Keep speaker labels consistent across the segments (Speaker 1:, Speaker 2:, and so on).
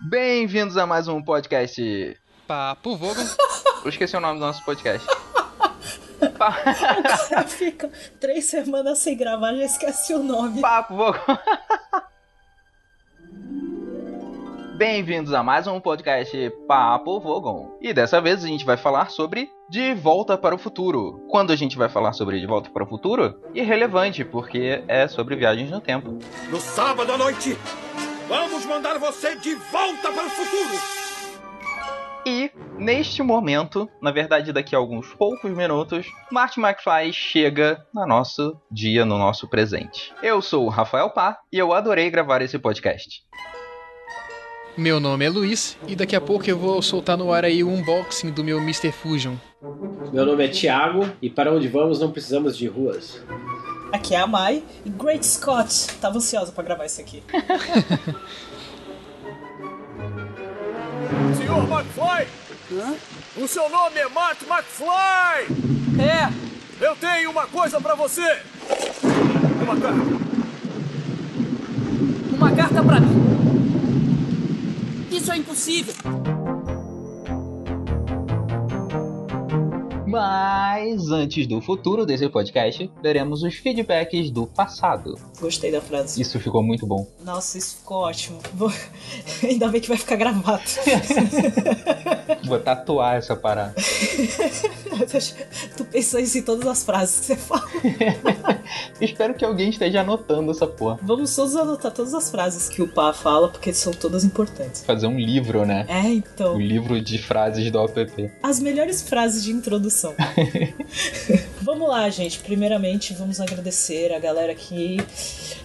Speaker 1: Bem-vindos a mais um podcast.
Speaker 2: Papo Vogo.
Speaker 1: Eu esqueci o nome do nosso podcast.
Speaker 3: O cara fica três semanas sem gravar, já esquece o nome.
Speaker 1: Papo Vogo. Bem-vindos a mais um podcast Papo Vogon. E dessa vez a gente vai falar sobre De Volta para o Futuro. Quando a gente vai falar sobre De Volta para o Futuro? Irrelevante, porque é sobre viagens no tempo.
Speaker 4: No sábado à noite, vamos mandar você de volta para o futuro!
Speaker 1: E, neste momento, na verdade daqui a alguns poucos minutos, Marty McFly chega no nosso dia, no nosso presente. Eu sou o Rafael Pá e eu adorei gravar esse podcast.
Speaker 2: Meu nome é Luiz e daqui a pouco eu vou soltar no ar aí o unboxing do meu Mr. Fusion.
Speaker 5: Meu nome é Thiago e para onde vamos não precisamos de ruas.
Speaker 3: Aqui é a Mai e Great Scott. Tava ansiosa pra gravar isso aqui.
Speaker 4: Senhor McFly! O seu nome é Marty McFly!
Speaker 3: É,
Speaker 4: Eu tenho uma coisa para você! Uma carta.
Speaker 3: uma carta pra mim. Isso é impossível.
Speaker 1: Mas antes do futuro desse podcast, teremos os feedbacks do passado.
Speaker 3: Gostei da frase.
Speaker 1: Isso ficou muito bom.
Speaker 3: Nossa, isso ficou ótimo. Vou- Ainda bem que vai ficar gravado.
Speaker 1: Vou tatuar essa parada.
Speaker 3: tu pensou isso em todas as frases que você fala.
Speaker 1: Espero que alguém esteja anotando essa porra.
Speaker 3: Vamos todos anotar todas as frases que o Pá fala, porque são todas importantes.
Speaker 1: Fazer um livro, né?
Speaker 3: É, então.
Speaker 1: O livro de frases do OPP.
Speaker 3: As melhores frases de introdução. vamos lá, gente. Primeiramente, vamos agradecer a galera que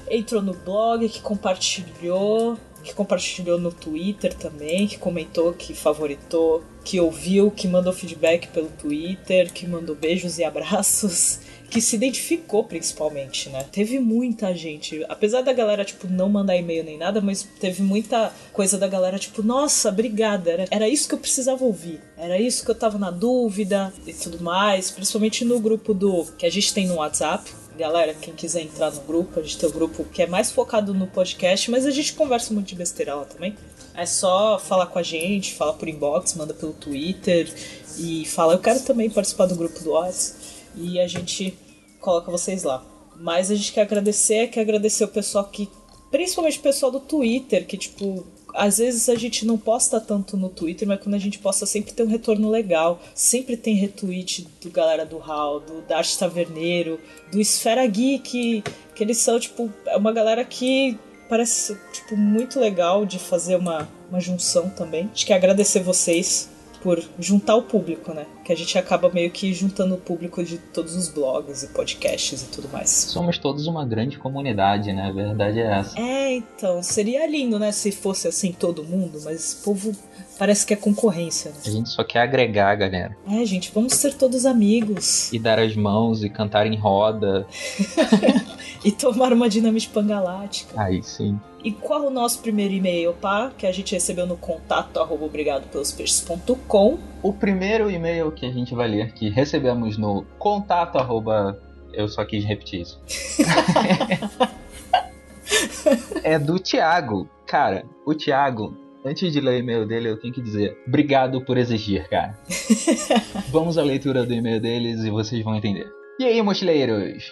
Speaker 3: entrou no blog, que compartilhou, que compartilhou no Twitter também, que comentou, que favoritou, que ouviu, que mandou feedback pelo Twitter, que mandou beijos e abraços. Que se identificou principalmente, né? Teve muita gente. Apesar da galera, tipo, não mandar e-mail nem nada, mas teve muita coisa da galera, tipo, nossa, obrigada. Era, era isso que eu precisava ouvir. Era isso que eu tava na dúvida e tudo mais. Principalmente no grupo do. que a gente tem no WhatsApp. Galera, quem quiser entrar no grupo, a gente tem o grupo que é mais focado no podcast, mas a gente conversa muito de besteira lá também. É só falar com a gente, fala por inbox, manda pelo Twitter e fala, eu quero também participar do grupo do Whats e a gente coloca vocês lá. Mas a gente quer agradecer, quer agradecer o pessoal que, principalmente o pessoal do Twitter, que tipo, às vezes a gente não posta tanto no Twitter, mas quando a gente posta sempre tem um retorno legal. Sempre tem retweet do galera do Hal, do Dash Taverneiro, do Esfera Geek, que eles são, tipo, é uma galera que parece, tipo, muito legal de fazer uma, uma junção também. A gente quer agradecer vocês por juntar o público, né? Que a gente acaba meio que juntando o público de todos os blogs e podcasts e tudo mais.
Speaker 1: Somos todos uma grande comunidade, né? A verdade é essa.
Speaker 3: É, então, seria lindo, né, se fosse assim todo mundo, mas esse povo parece que é concorrência, né?
Speaker 1: A gente só quer agregar, galera.
Speaker 3: É, gente, vamos ser todos amigos
Speaker 1: E dar as mãos e cantar em roda.
Speaker 3: e tomar uma dinamite pangalática.
Speaker 1: Aí sim.
Speaker 3: E qual o nosso primeiro e-mail, pá? Que a gente recebeu no contato arroba obrigado pelos peixes.com.
Speaker 1: O primeiro e-mail que a gente vai ler, que recebemos no contato arroba... Eu só quis repetir isso. é do Thiago. Cara, o Thiago, antes de ler o e-mail dele, eu tenho que dizer obrigado por existir, cara. Vamos à leitura do e-mail deles e vocês vão entender. E aí, mochileiros?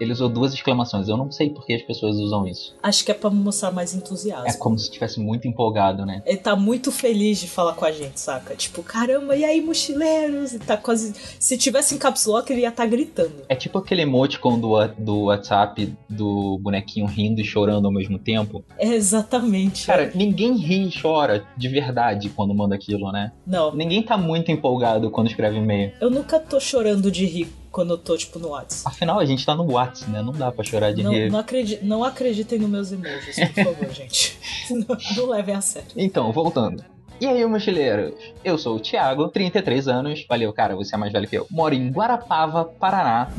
Speaker 1: Ele usou duas exclamações. Eu não sei por que as pessoas usam isso.
Speaker 3: Acho que é pra mostrar mais
Speaker 1: É
Speaker 3: entusiasmo.
Speaker 1: como se estivesse muito empolgado, né?
Speaker 3: Ele tá muito feliz de falar com a gente, saca? Tipo, caramba, e aí, mochileiros? E tá quase. Se tivesse em caps lock, ele ia estar tá gritando.
Speaker 1: É tipo aquele emoticon do, wa- do WhatsApp do bonequinho rindo e chorando ao mesmo tempo.
Speaker 3: É, exatamente.
Speaker 1: Cara, ninguém ri e chora de verdade quando manda aquilo, né?
Speaker 3: Não,
Speaker 1: Ninguém tá muito empolgado quando escreve e-mail.
Speaker 3: eu nunca tô chorando de rir quando eu tô, tipo, no WhatsApp.
Speaker 1: Afinal, a gente tá no WhatsApp, né? Não dá pra chorar de
Speaker 3: Não,
Speaker 1: rir.
Speaker 3: não, acredi não acreditem nos meus emojis, por favor, gente. Não, não levem a sério.
Speaker 1: Então, voltando. E aí, mochileiros? Eu sou o Thiago, 33 anos. Valeu, cara, você é mais velho que eu. Moro em Guarapava, Paraná.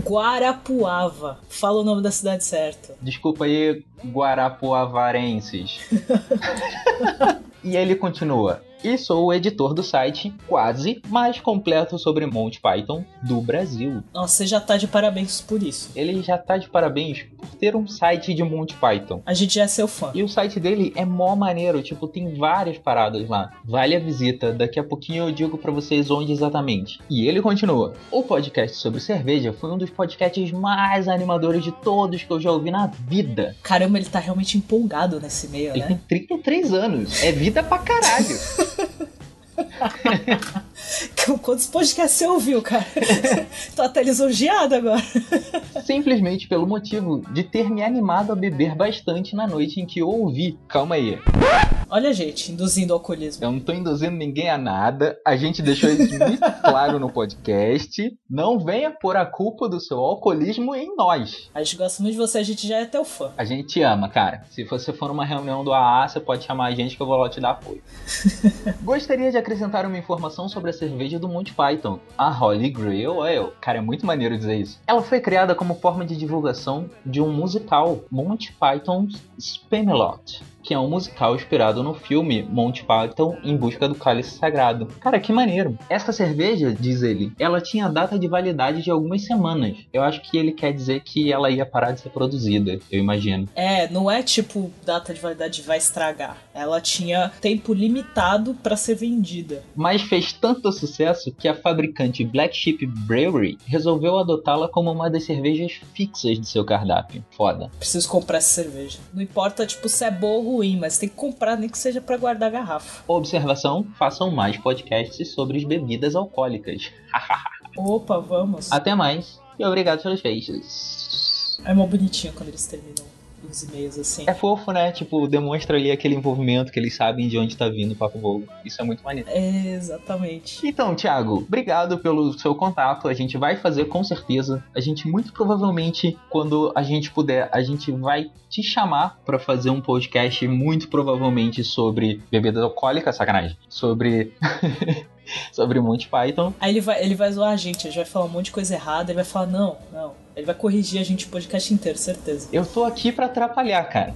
Speaker 3: Guarapuava. Fala o nome da cidade certo.
Speaker 1: Desculpa aí, guarapuavarenses. e ele continua. E sou o editor do site quase mais completo sobre Monty Python do Brasil.
Speaker 3: Nossa, você já tá de parabéns por isso.
Speaker 1: Ele já tá de parabéns por ter um site de Monty Python.
Speaker 3: A gente já é seu fã.
Speaker 1: E o site dele é mó maneiro, tipo, tem várias paradas lá. Vale a visita, daqui a pouquinho eu digo pra vocês onde exatamente. E ele continua. O podcast sobre cerveja foi um dos podcasts mais animadores de todos que eu já ouvi na vida.
Speaker 3: Caramba, ele tá realmente empolgado nesse meio,
Speaker 1: Ele
Speaker 3: né?
Speaker 1: tem 33 anos, é vida pra caralho.
Speaker 3: Então, Quantos podcasts você ouviu, cara? Tô até lisonjeada agora.
Speaker 1: Simplesmente pelo motivo de ter me animado a beber bastante na noite em que eu ouvi. Calma aí,
Speaker 3: Olha, gente, induzindo ao alcoolismo.
Speaker 1: eu não tô induzindo ninguém a nada. A gente deixou isso muito claro no podcast. Não venha pôr a culpa do seu alcoolismo em nós.
Speaker 3: A gente gosta muito de você, a gente já é teu fã.
Speaker 1: A gente te ama, cara. Se você for numa reunião do AA, você pode chamar a gente que eu vou lá te dar apoio. Gostaria de acrescentar uma informação sobre a cerveja do Monty Python, a Holy Grail Ale. Cara, é muito maneiro dizer isso. Ela foi criada como forma de divulgação de um musical, Monty Python's Spamalot. Que é um musical inspirado no filme Monty Python em Busca do Cálice Sagrado. Cara, que maneiro. Essa cerveja, diz ele, ela tinha data de validade de algumas semanas. Eu acho que ele quer dizer que ela ia parar de ser produzida, eu imagino.
Speaker 3: É, não é tipo data de validade vai estragar. Ela tinha tempo limitado pra ser vendida.
Speaker 1: mas fez tanto sucesso que a fabricante Black Sheep Brewery resolveu adotá-la como uma das cervejas fixas de seu cardápio. Foda.
Speaker 3: Preciso comprar essa cerveja. Não importa, tipo, se é boa ou ruim, mas tem que comprar, nem que seja pra guardar a garrafa.
Speaker 1: Observação: façam mais podcasts sobre as bebidas alcoólicas.
Speaker 3: Opa, vamos.
Speaker 1: Até mais e obrigado pelos feixes.
Speaker 3: É mó bonitinho quando eles terminam os e-mails assim.
Speaker 1: É fofo, né? Tipo, demonstra ali aquele envolvimento que eles sabem de onde tá vindo o papo bolo. Isso é muito maneiro.
Speaker 3: É, exatamente.
Speaker 1: Então, Thiago, obrigado pelo seu contato. A gente vai fazer com certeza. A gente muito provavelmente, quando a gente puder, a gente vai te chamar pra fazer um podcast muito provavelmente sobre bebida alcoólica, sacanagem. Sobre sobre Monty Python.
Speaker 3: Aí ele vai, ele vai zoar a gente, ele vai falar um monte de coisa errada, ele vai falar, não, não. Ele vai corrigir a gente o podcast inteiro, certeza.
Speaker 1: Eu tô aqui pra atrapalhar, cara.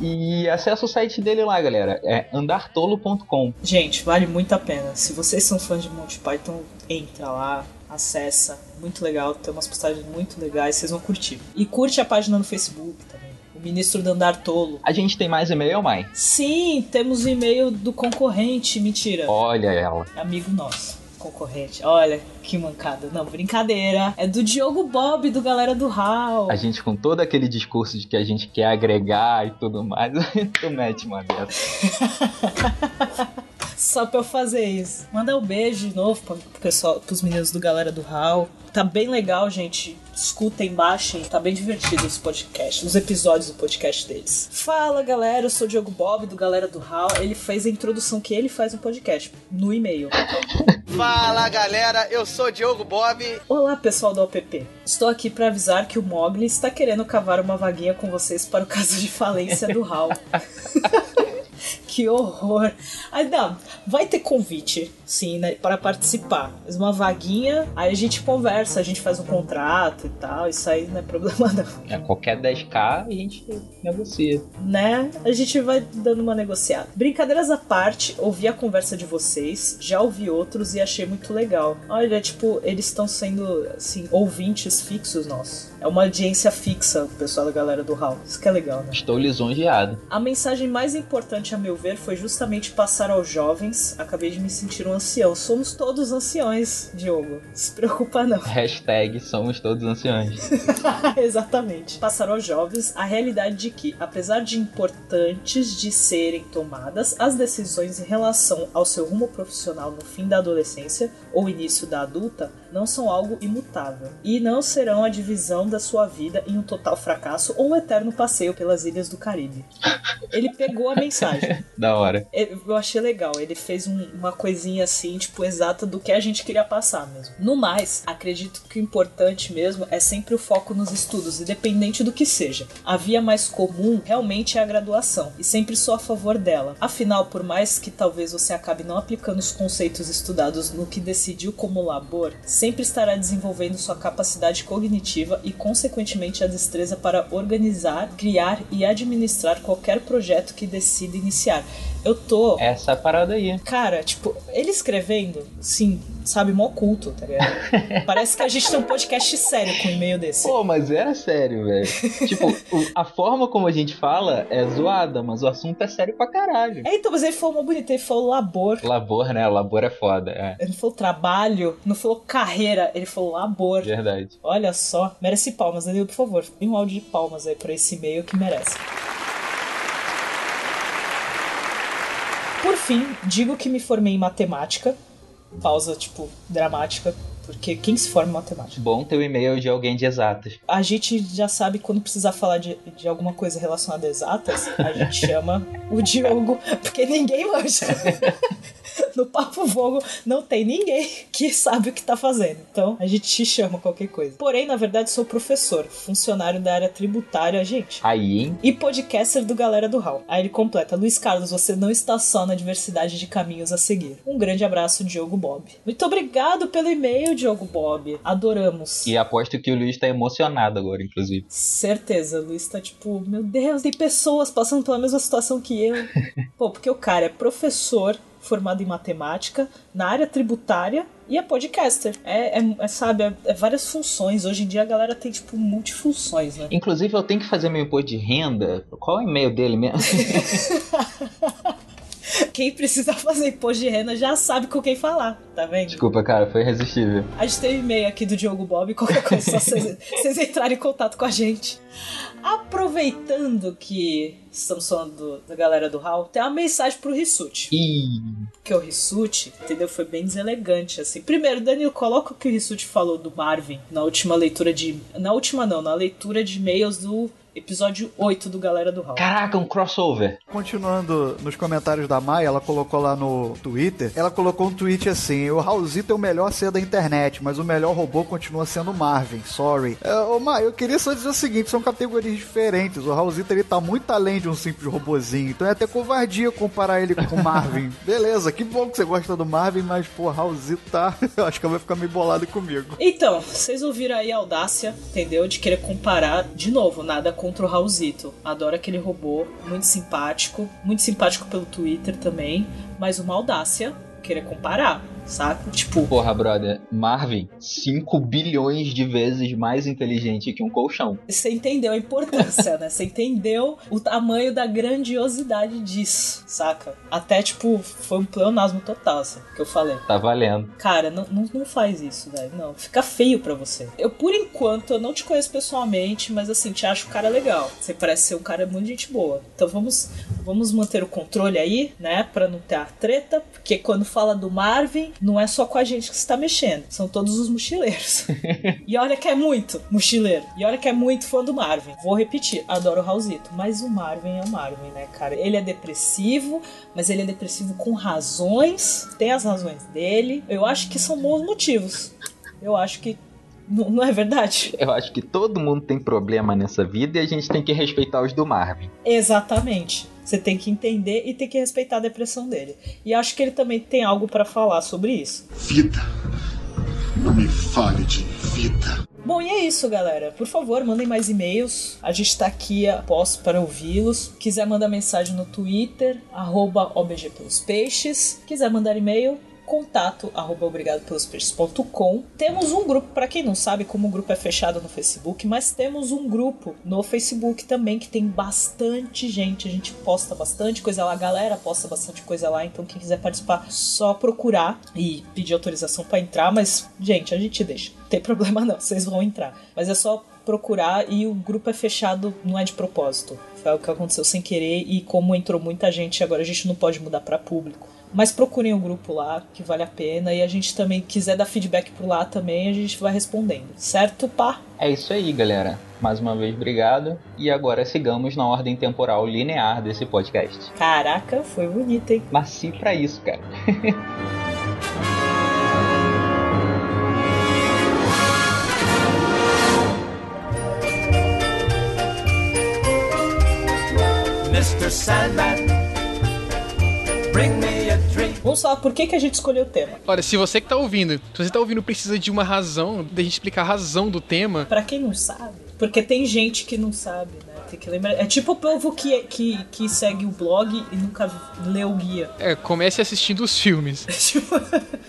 Speaker 1: e acessa o site dele lá, galera. É andartolo.com.
Speaker 3: Gente, vale muito a pena. Se vocês são fãs de Monty Python, entra lá, acessa. Muito legal, tem umas postagens muito legais, vocês vão curtir. E curte a página no Facebook também. O Ministro Dandar Tolo.
Speaker 1: A gente tem mais e-mail, mãe?
Speaker 3: Sim, temos o e-mail do concorrente, mentira. é
Speaker 1: Olha ela.
Speaker 3: Amigo nosso, concorrente. Olha, que mancada. Não, brincadeira. É do Diogo Bob, do Galera do Hall.
Speaker 1: A gente com todo aquele discurso de que a gente quer agregar e tudo mais, tu mete uma dessa.
Speaker 3: Só pra eu fazer isso. Mandar um beijo de novo pro pessoal, pros meninos do Galera do Hall. Tá bem legal, gente. Escutem, baixem. Tá bem divertido esse podcast, os episódios do podcast deles. Fala, galera. Eu sou o Diogo Bob, do Galera do Hall. Ele fez a introdução que ele faz no podcast, no e-mail.
Speaker 6: Fala galera, eu sou Diogo Bob.
Speaker 3: Olá, pessoal do OPP. Estou aqui pra avisar que o Mogli está querendo cavar uma vaguinha com vocês para o caso de falência do Hall. que horror. Aí dá, vai ter convite, sim, né, para participar. Mas uma vaguinha, aí a gente conversa, a gente faz um contrato e tal, isso aí não é problema não.
Speaker 1: É, qualquer 10k a gente negocia.
Speaker 3: Né? A gente vai dando uma negociada. Brincadeiras à parte, ouvi a conversa de vocês, já ouvi outros e achei muito legal. Olha, tipo, eles estão sendo, assim, ouvintes fixos nossos. É uma audiência fixa, o pessoal da galera do Hall. Isso que é legal, né?
Speaker 1: Estou lisonjeado.
Speaker 3: A mensagem mais importante, a meu ver, foi justamente passar aos jovens. Acabei de me sentir um ancião. Somos todos anciões, Diogo. Se preocupa, não.
Speaker 1: Hashtag somos todos anciões.
Speaker 3: Exatamente. Passar aos jovens a realidade de que, apesar de importantes de serem tomadas, as decisões em relação ao seu rumo profissional no fim da adolescência ou início da adulta não são algo imutável e não serão a divisão da sua vida em um total fracasso ou um eterno passeio pelas ilhas do Caribe. Ele pegou a mensagem.
Speaker 1: da hora.
Speaker 3: É, Eu achei legal, ele fez um- uma coisinha assim, tipo, exata do que a gente queria passar mesmo. No mais, acredito que o importante mesmo é sempre o foco nos estudos, independente do que seja. A via mais comum realmente é a graduação, e sempre sou a favor dela. Afinal, por mais que talvez você acabe não aplicando os conceitos estudados no que decidiu como labor, sempre estará desenvolvendo sua capacidade cognitiva e, consequentemente, a destreza para organizar, criar e administrar qualquer projeto que decida iniciar. Eu tô.
Speaker 7: Essa parada aí.
Speaker 3: Cara, tipo, ele escrevendo, sim, sabe, mó culto, tá ligado? Parece que a gente tem um podcast sério com um e-mail desse.
Speaker 7: Pô, mas era sério, velho. tipo, o- a forma como a gente fala é zoada, mas o assunto é sério pra caralho.
Speaker 3: É, então, mas ele falou mó bonito, ele falou labor.
Speaker 7: Labor, né? Labor é foda, é.
Speaker 3: Ele não falou trabalho, não falou carreira, ele falou labor.
Speaker 7: Verdade.
Speaker 3: Olha só, merece palmas, Danilo, por favor. Tem um áudio de palmas aí pra esse e-mail que merece. Por fim, digo que me formei em matemática. Pausa, tipo, dramática. Porque quem se forma em matemática?
Speaker 7: Bom ter o e-mail de alguém de exatas.
Speaker 3: A gente já sabe quando precisar falar de, de alguma coisa relacionada a exatas, a gente chama o Diogo, porque ninguém manja. No Papo Vogo não tem ninguém que sabe o que tá fazendo. Então a gente te chama qualquer coisa. Porém, na verdade, sou professor, funcionário da área tributária, gente.
Speaker 7: Aí, hein?
Speaker 3: E podcaster do Galera do Hall. Aí ele completa: Luiz Carlos, você não está só na diversidade de caminhos a seguir. Um grande abraço, Diogo Bob. Muito obrigado pelo e-mail, Diogo Bob. Adoramos.
Speaker 7: E aposto que o Luiz tá emocionado agora, inclusive.
Speaker 3: Certeza, o Luiz tá tipo, meu Deus, tem pessoas passando pela mesma situação que eu. Pô, porque o cara é professor formado em matemática, na área tributária e é podcaster. É, é- é, sabe, é, é várias funções. Hoje em dia a galera tem, tipo, multifunções, né?
Speaker 7: Inclusive, eu tenho que fazer meu imposto de renda. Qual é o e-mail dele mesmo?
Speaker 3: Quem precisa fazer imposto de renda já sabe com quem falar, tá vendo?
Speaker 7: Desculpa, cara, foi irresistível.
Speaker 3: A gente tem um e-mail aqui do Diogo Bob, qualquer coisa, só vocês vocês entrarem em contato com a gente. Aproveitando que estamos falando do- da galera do Hall, tem uma mensagem pro Rissuti.
Speaker 7: Ih,
Speaker 3: Porque é o Rissuti, entendeu? Foi bem deselegante, assim. Primeiro, Danilo, coloca o que o Rissuti falou do Marvin na última leitura de. Na última, não, na leitura de e-mails do episódio 8 do Galera do Hall.
Speaker 7: caraca, um crossover.
Speaker 8: Continuando nos comentários da Maia, ela colocou lá no Twitter, ela colocou um tweet assim, o Raulzito é o melhor ser da internet, mas o melhor robô continua sendo o Marvin, sorry. É, Ô Maia, eu queria só dizer o seguinte, são categorias diferentes, o Raulzito ele tá muito além de um simples robozinho, então é até covardia comparar ele com o Marvin. Beleza, que bom que você gosta do Marvin, mas pô, Raulzito tá, eu acho que ela vai ficar meio bolado comigo.
Speaker 3: Então, vocês ouviram aí a audácia, entendeu? De querer comparar, de novo, nada contra o Raulzito. Adoro aquele robô, muito simpático, muito simpático pelo Twitter também, mas uma audácia querer comparar, saca? Tipo,
Speaker 7: Porra, brother, Marvin, 5 bilhões de vezes mais inteligente que um colchão.
Speaker 3: Você entendeu a importância, né? Você entendeu o tamanho da grandiosidade disso, saca? Até, tipo, foi um pleonasmo total, assim, que eu falei.
Speaker 7: Tá valendo.
Speaker 3: Cara, não, não, não faz isso, velho. Não, fica feio pra você. Eu, por enquanto, eu não te conheço pessoalmente, mas assim, te acho um cara legal. Você parece ser um cara muito gente boa. Então vamos, vamos manter o controle aí, né? Pra não ter a treta. Porque quando fala do Marvin, não é só com a gente que você tá mexendo. São todos os mochileiros. e olha que é muito mochileiro. E olha que é muito fã do Marvin. Vou repetir, adoro o Raulzito. Mas o Marvin é o Marvin, né, cara? Ele é depressivo, mas ele é depressivo com razões, tem as razões dele. Eu acho que são bons motivos. Eu acho que. n- não é verdade?
Speaker 7: Eu acho que todo mundo tem problema nessa vida e a gente tem que respeitar os do Marvin.
Speaker 3: Exatamente. Você tem que entender e tem que respeitar a depressão dele. E acho que ele também tem algo pra falar sobre isso.
Speaker 9: Vida. Não me fale de vida.
Speaker 3: Bom, e é isso, galera. Por favor, mandem mais e-mails. A gente tá aqui após para ouvi-los. Quiser mandar mensagem no Twitter, arroba OBG pelos peixes. Quiser mandar e-mail, contato arroba obrigadopelospeixes.com. Temos um grupo, para quem não sabe, como o grupo é fechado no Facebook, mas temos um grupo no Facebook também que tem bastante gente. A gente posta bastante coisa lá, a galera posta bastante coisa lá, então quem quiser participar, só procurar e pedir autorização para entrar, mas gente, a gente deixa. Não tem problema não, vocês vão entrar. Mas é só procurar e o grupo é fechado, não é de propósito. Foi o que aconteceu sem querer e como entrou muita gente, agora a gente não pode mudar para público. Mas procurem o grupo lá, que vale a pena. E a gente também quiser dar feedback por lá também, a gente vai respondendo. Certo, pá?
Speaker 7: É isso aí, galera. Mais uma vez, obrigado. E agora sigamos na ordem temporal linear desse podcast.
Speaker 3: Caraca, foi bonito, hein?
Speaker 7: Nasci pra isso, cara.
Speaker 10: Mr. Sandman, bring me a drink.
Speaker 3: Vamos falar por que, que a gente escolheu o tema.
Speaker 2: Olha, se você que tá ouvindo, se você tá ouvindo precisa de uma razão, da gente explicar a razão do tema,
Speaker 3: Pra quem não sabe, porque tem gente que não sabe, né? Tem que lembrar. É tipo o povo que, que, que segue o blog e nunca leu o guia.
Speaker 2: é, comece assistindo os filmes.
Speaker 3: Tipo,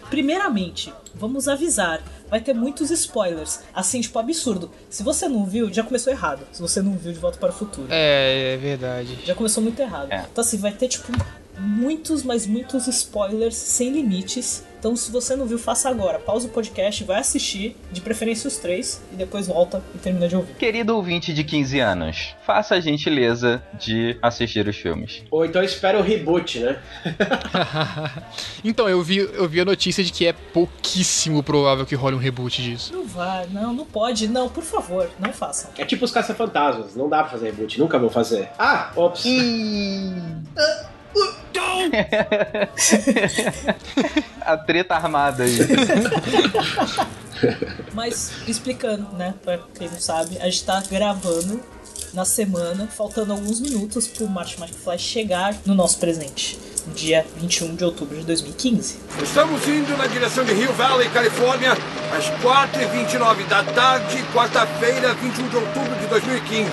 Speaker 3: Primeiramente, vamos avisar. Vai ter muitos spoilers. Assim, tipo, absurdo. Se você não viu, já começou errado. Se você não viu, de volta para o futuro.
Speaker 2: É, é verdade.
Speaker 3: Já começou muito errado.
Speaker 7: É.
Speaker 3: Então, assim, vai ter, tipo, muitos, mas muitos spoilers sem limites. Então, se você não viu, faça agora. Pausa o podcast, vai assistir, de preferência os três, e depois volta e termina de ouvir.
Speaker 7: Querido ouvinte de 15 anos, faça a gentileza de assistir os filmes.
Speaker 5: Ou então espera o reboot, né?
Speaker 2: então, eu vi, eu vi a notícia de que é pouquíssimo provável que role um reboot disso.
Speaker 3: Não vai, não, não pode, não, por favor, não façam.
Speaker 5: É tipo os caça-fantasmas, não dá pra fazer reboot, nunca vão fazer. Ah, ops.
Speaker 7: A treta armada aí.
Speaker 3: Mas explicando, né, pra quem não sabe, a gente tá gravando na semana, faltando alguns minutos pro Martin McFly chegar no nosso presente, no dia 21 de outubro de 2015.
Speaker 4: Estamos indo na direção de Rio Valley, Califórnia, às 4h29 da tarde, quarta-feira, 21 de outubro de 2015.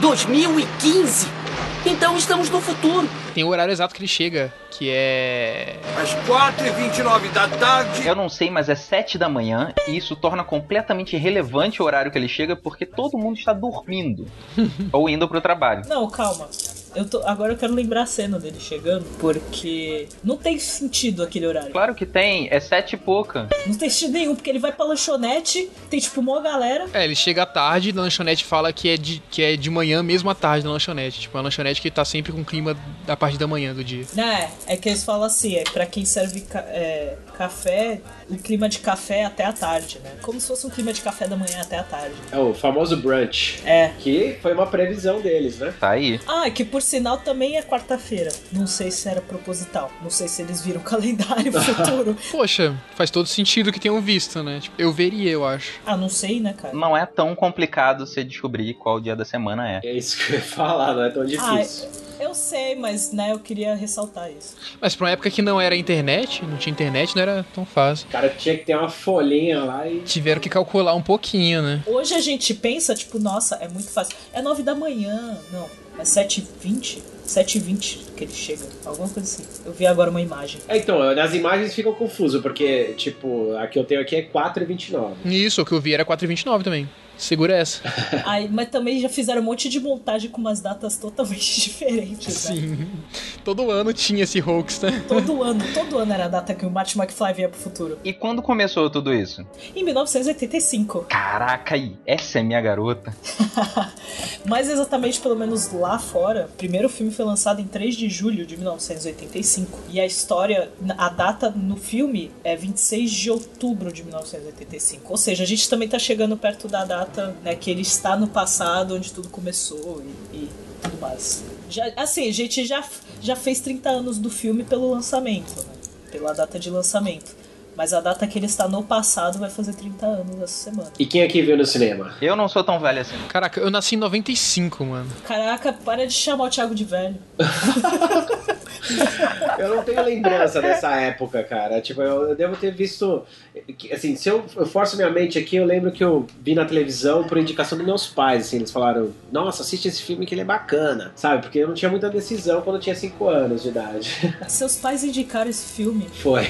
Speaker 11: 2015? Então estamos no futuro.
Speaker 2: Tem o horário exato que ele chega, que é.
Speaker 4: Às 4h29 da tarde.
Speaker 7: Eu não sei, mas é 7 da manhã e isso torna completamente irrelevante o horário que ele chega porque todo mundo está dormindo ou indo pro trabalho.
Speaker 3: Não, calma. Eu tô, agora eu quero lembrar a cena dele chegando, porque não tem sentido aquele horário.
Speaker 7: Claro que tem, é sete e pouca.
Speaker 3: Não tem sentido nenhum, porque ele vai pra lanchonete, tem tipo mó galera.
Speaker 2: É, ele chega à tarde na lanchonete fala que é de, que é de manhã mesmo à tarde na lanchonete. Tipo, é uma lanchonete que tá sempre com o clima da parte da manhã do dia.
Speaker 3: É, é que eles falam assim, é pra quem serve ca- é, café, o clima de café até a tarde, né? Como se fosse um clima de café da manhã até a tarde.
Speaker 5: É o famoso brunch.
Speaker 3: É.
Speaker 5: Que foi uma previsão deles, né?
Speaker 7: Tá aí.
Speaker 3: Ah, que por sinal também é quarta-feira. Não sei se era proposital. Não sei se eles viram o calendário futuro.
Speaker 2: Poxa, faz todo sentido que tenham visto, né? Tipo, eu veria, eu acho.
Speaker 3: Ah, não sei, né, cara?
Speaker 7: Não é tão complicado você descobrir qual dia da semana é.
Speaker 5: É isso que eu ia falar, não é tão difícil.
Speaker 3: Eu sei, mas né, eu queria ressaltar isso.
Speaker 2: Mas pra uma época que não era internet, não tinha internet, não era tão fácil.
Speaker 5: O cara tinha que ter uma folhinha lá e.
Speaker 2: Tiveram que calcular um pouquinho, né?
Speaker 3: Hoje a gente pensa, tipo, nossa, é muito fácil. É nove da manhã. Não, é 7h20. 7h20 que ele chega. Alguma coisa assim. Eu vi agora uma imagem.
Speaker 5: É, então, nas imagens fica confuso, porque, tipo, a que eu tenho aqui é 4,29.
Speaker 2: Isso, o que eu vi era 4,29 também. Segura essa.
Speaker 3: Aí, mas também já fizeram um monte de montagem com umas datas totalmente diferentes, né?
Speaker 2: Sim. Todo ano tinha esse hoax, né?
Speaker 3: Todo ano, todo ano era a data que o Marty McFly vinha pro futuro.
Speaker 7: E quando começou tudo isso?
Speaker 3: Em 1985.
Speaker 7: Caraca, aí, essa é minha garota.
Speaker 3: Mas exatamente, pelo menos lá fora, o primeiro filme foi lançado em 3 de julho de 1985. E a história, a data no filme é 26 de outubro de 1985. Ou seja, a gente também tá chegando perto da data né, que ele está no passado, onde tudo começou e, e tudo mais. Já, assim, a gente já, já fez 30 anos do filme pelo lançamento, né? pela data de lançamento. Mas a data que ele está no passado vai fazer 30 anos essa semana.
Speaker 5: E quem aqui viu no cinema?
Speaker 7: Eu não sou tão velho assim.
Speaker 2: Caraca, eu nasci em 95, mano.
Speaker 3: Caraca, para de chamar o Thiago de velho.
Speaker 5: Eu não tenho lembrança dessa época, cara. Tipo, eu, eu devo ter visto. Assim, se eu, eu forço minha mente aqui, eu lembro que eu vi na televisão por indicação dos meus pais, assim. Eles falaram, nossa, assiste esse filme que ele é bacana, sabe? Porque eu não tinha muita decisão quando eu tinha 5 anos de idade.
Speaker 3: Seus pais indicaram esse filme.
Speaker 5: Foi.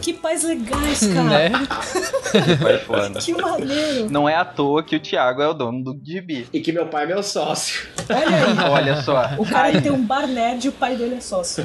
Speaker 3: Que pais legais,
Speaker 2: Né?
Speaker 3: cara.
Speaker 7: Vai foda.
Speaker 3: Que maneiro.
Speaker 7: Não é à toa que o Thiago é o dono do gibi.
Speaker 5: E que meu pai é meu sócio.
Speaker 3: Olha aí.
Speaker 7: Olha só.
Speaker 3: O cara tem um bar nerd e o pai dele é sócio.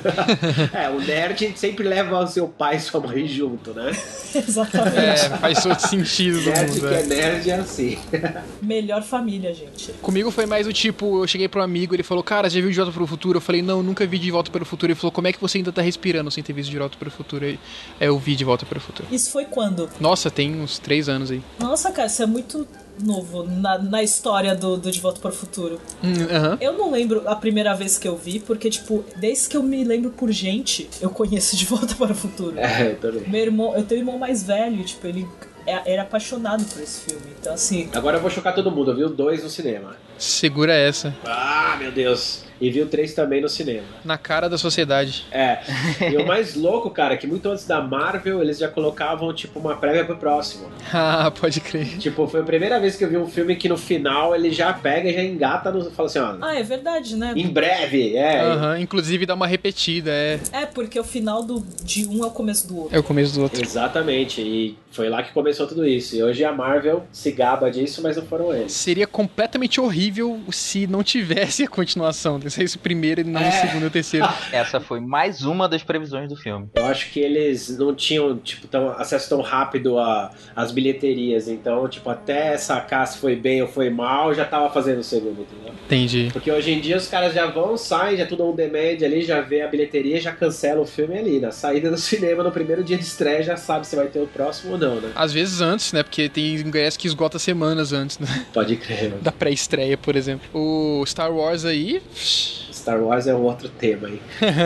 Speaker 5: É, o nerd sempre leva o seu pai e sua mãe junto, né?
Speaker 2: É,
Speaker 3: Exatamente.
Speaker 2: faz todo sentido do
Speaker 5: Nerd
Speaker 2: mundo. né?
Speaker 5: que
Speaker 2: velho.
Speaker 5: é nerd é assim.
Speaker 3: Melhor família, gente.
Speaker 2: Comigo foi mais o tipo, eu cheguei pro amigo, ele falou, cara, já viu De Volta pro Futuro? Eu falei, não, nunca vi De Volta pro Futuro. Ele falou, como é que você ainda tá respirando sem ter visto De Volta pro Futuro? Aí aí eu vi De Volta pro Futuro.
Speaker 3: Isso foi quando?
Speaker 2: Nossa, tem uns três anos aí.
Speaker 3: Nossa, cara, isso é muito novo na, na história do, do De Volta para o Futuro.
Speaker 2: Hum, Aham.
Speaker 3: Eu não lembro a primeira vez que eu vi, porque, tipo, desde que eu me lembro por gente, eu conheço De Volta para o Futuro.
Speaker 5: É, eu também.
Speaker 3: Meu irmão, eu tenho um irmão mais velho, tipo, ele é- era apaixonado por esse filme. Então, assim,
Speaker 5: Agora eu vou chocar todo mundo, eu vi os dois no cinema.
Speaker 2: Segura essa.
Speaker 5: Ah, meu Deus. E vi o 3 também no cinema.
Speaker 2: Na cara da sociedade.
Speaker 5: É. E o mais louco, cara, é que muito antes da Marvel, eles já colocavam, tipo, uma prévia pro próximo.
Speaker 2: ah, pode crer.
Speaker 5: Tipo, foi a primeira vez que eu vi um filme que no final ele já pega e já engata no. Fala assim, ó.
Speaker 3: Ah, é verdade, né?
Speaker 5: Em breve, é.
Speaker 2: Aham, inclusive dá uma repetida, é.
Speaker 3: É, porque o final do, de um é o começo do outro.
Speaker 2: É o começo do outro.
Speaker 5: Exatamente. E foi lá que começou tudo isso. E hoje a Marvel se gaba disso, mas não foram eles.
Speaker 2: Seria completamente horrível se não tivesse a continuação. Se esse primeiro e não o segundo e o terceiro.
Speaker 7: Essa foi mais uma das previsões do filme.
Speaker 5: Eu acho que eles não tinham, tipo, tão, acesso tão rápido a- às bilheterias. Então, tipo, até sacar se foi bem ou foi mal, já tava fazendo o segundo, entendeu?
Speaker 2: Entendi.
Speaker 5: Porque hoje em dia os caras já vão, saem, já é tudo on demand ali, já vê a bilheteria, já cancela o filme ali. Na saída do cinema, no primeiro dia de estreia, já sabe se vai ter o próximo ou não, né?
Speaker 2: Às vezes antes, né? Porque tem ingresso que esgota semanas antes, né?
Speaker 5: Pode crer, mano.
Speaker 2: Da pré-estreia, por exemplo. O Star Wars aí.
Speaker 5: Star Wars é um outro tema, hein?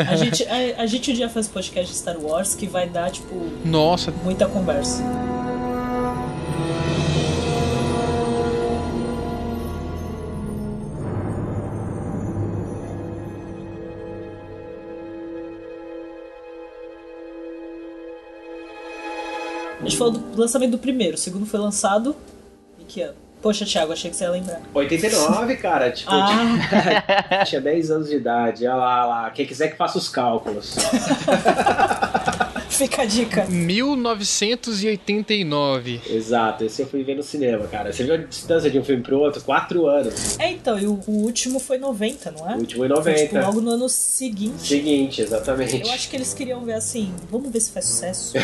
Speaker 3: A gente, a, a gente um dia faz podcast de Star Wars que vai dar, tipo,
Speaker 2: Nossa,
Speaker 3: muita conversa. A gente falou do lançamento do primeiro, o segundo foi lançado em que ano? Poxa, Thiago, achei que você ia lembrar.
Speaker 5: 89, cara. Tipo,
Speaker 3: Ah,
Speaker 5: eu tinha 10 anos de idade. Olha lá, olha lá. Quem quiser que faça os cálculos.
Speaker 3: Ah, fica a dica.
Speaker 2: 1989.
Speaker 5: Exato, esse eu fui ver no cinema, cara. Você viu a distância de um filme pro outro? Quatro anos.
Speaker 3: É, então, e o, o último foi 90, não é?
Speaker 5: O último em
Speaker 3: Foi, tipo,
Speaker 5: 90.
Speaker 3: logo no ano seguinte.
Speaker 5: Seguinte, exatamente.
Speaker 3: Eu acho que eles queriam ver assim, vamos ver se faz sucesso.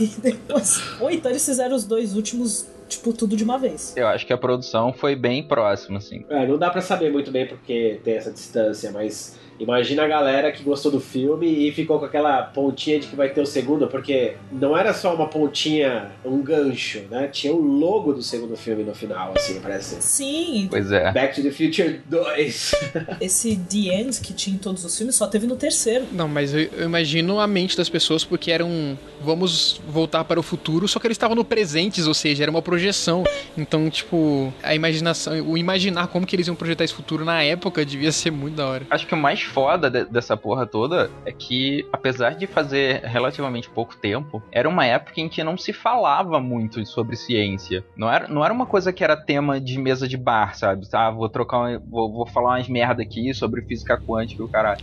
Speaker 3: e depois. Ou então eles fizeram os dois últimos, tipo, tudo de uma vez.
Speaker 7: Eu acho que a produção foi bem próxima, assim.
Speaker 5: É, não dá pra saber muito bem porque tem essa distância, mas imagina a galera que gostou do filme e ficou com aquela pontinha de que vai ter o segundo, porque não era só uma pontinha, um gancho, né? Tinha o logo do segundo filme no final, assim, parece.
Speaker 3: Sim,
Speaker 7: Pois é.
Speaker 5: Back to the Future 2.
Speaker 3: esse The End que tinha em todos os filmes só teve no terceiro.
Speaker 2: Não, mas eu, eu imagino a mente das pessoas porque eram vamos voltar para o futuro, só que eles estavam no presentes, ou seja, era uma projeção. Então, tipo, a imaginação, o imaginar como que eles iam projetar esse futuro na época devia ser muito da hora.
Speaker 7: Acho que o mais foda de- dessa porra toda é que, apesar de fazer relativamente pouco tempo, era uma época em que não se falava muito sobre ciência. Não era, não era uma coisa que era tema de mesa de bar, sabe? Ah, vou trocar, um- vou, vou falar umas merda aqui sobre física quântica e o caralho.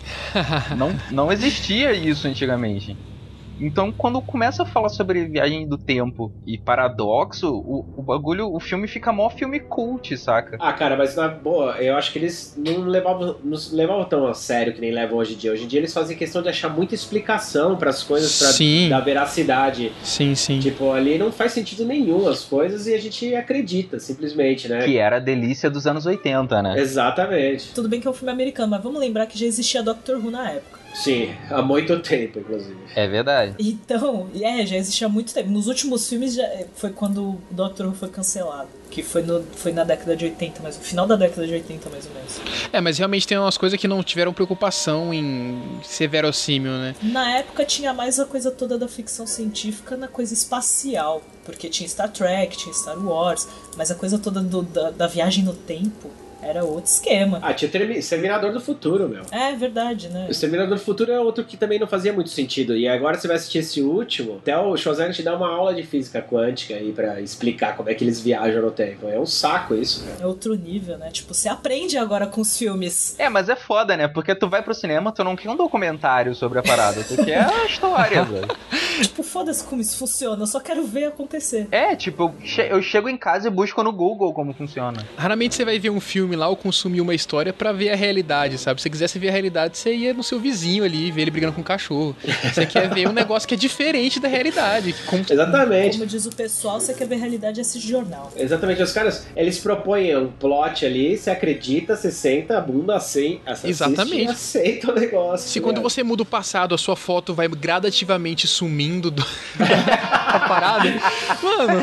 Speaker 7: Não, não existia isso antigamente. Então, quando começa a falar sobre viagem do tempo e paradoxo, o, o bagulho, o filme fica mó filme cult, saca?
Speaker 5: ah, cara, mas na boa, eu acho que eles não levavam, não se levavam tão a sério que nem levam hoje em dia. Hoje em dia eles fazem questão de achar muita explicação pras coisas, pra
Speaker 2: Sim.
Speaker 5: dar veracidade.
Speaker 2: Sim, sim.
Speaker 5: Tipo, ali não faz sentido nenhum as coisas e a gente acredita, simplesmente, né?
Speaker 7: Que era a delícia dos anos 80, né?
Speaker 5: Exatamente.
Speaker 3: Tudo bem que é um filme americano, mas vamos lembrar que já existia Doctor Who na época.
Speaker 5: Sim, há muito tempo, inclusive.
Speaker 7: É verdade.
Speaker 3: Então, é, já existia há muito tempo. Nos últimos filmes já, é, foi quando o Doctor Who foi cancelado. Que foi, no, foi na década de 80, mas no final da década de 80, mais ou menos.
Speaker 5: tipo
Speaker 2: É, mas realmente tem umas coisas que não tiveram preocupação em ser verossímil, né?
Speaker 3: Na época tinha mais a coisa toda da ficção científica na coisa espacial, porque tinha Star Trek, tinha Star Wars, mas a coisa toda do- da, da viagem no tempo era outro esquema.
Speaker 5: Ah, tinha o Termi- Exterminador do Futuro, meu.
Speaker 3: É verdade, né?
Speaker 5: O Exterminador do Futuro é outro que também não fazia muito sentido. E agora você vai assistir esse último, até o Schwarzenegger te dá uma aula de física quântica aí pra explicar como é que eles viajam no tempo. É um saco isso, cara.
Speaker 3: É outro nível, né? Tipo, você aprende agora com os filmes.
Speaker 7: É, mas é foda, né? Porque tu vai pro cinema, tu não quer um documentário sobre a parada, tu quer a história, velho.
Speaker 3: Tipo, foda-se como isso funciona, eu só quero ver acontecer.
Speaker 7: É, tipo, eu che- eu chego em casa e busco no Google como funciona.
Speaker 2: Raramente você vai ver um filme lá ou consumir uma história pra ver a realidade, sabe? Se você quisesse ver a realidade, você ia no seu vizinho ali, ver ele brigando com o cachorro. Você quer ver um negócio que é diferente da realidade, que como
Speaker 5: Exatamente.
Speaker 3: Como diz o pessoal, você quer ver realidade esse jornal.
Speaker 5: Exatamente, os caras, eles propõem um plot ali, você acredita, você senta a bunda assim, assiste
Speaker 2: Exatamente.
Speaker 5: e aceita o negócio.
Speaker 2: Se quando
Speaker 5: né?
Speaker 2: você muda o passado, a sua foto vai gradativamente sumindo do... da parada, mano,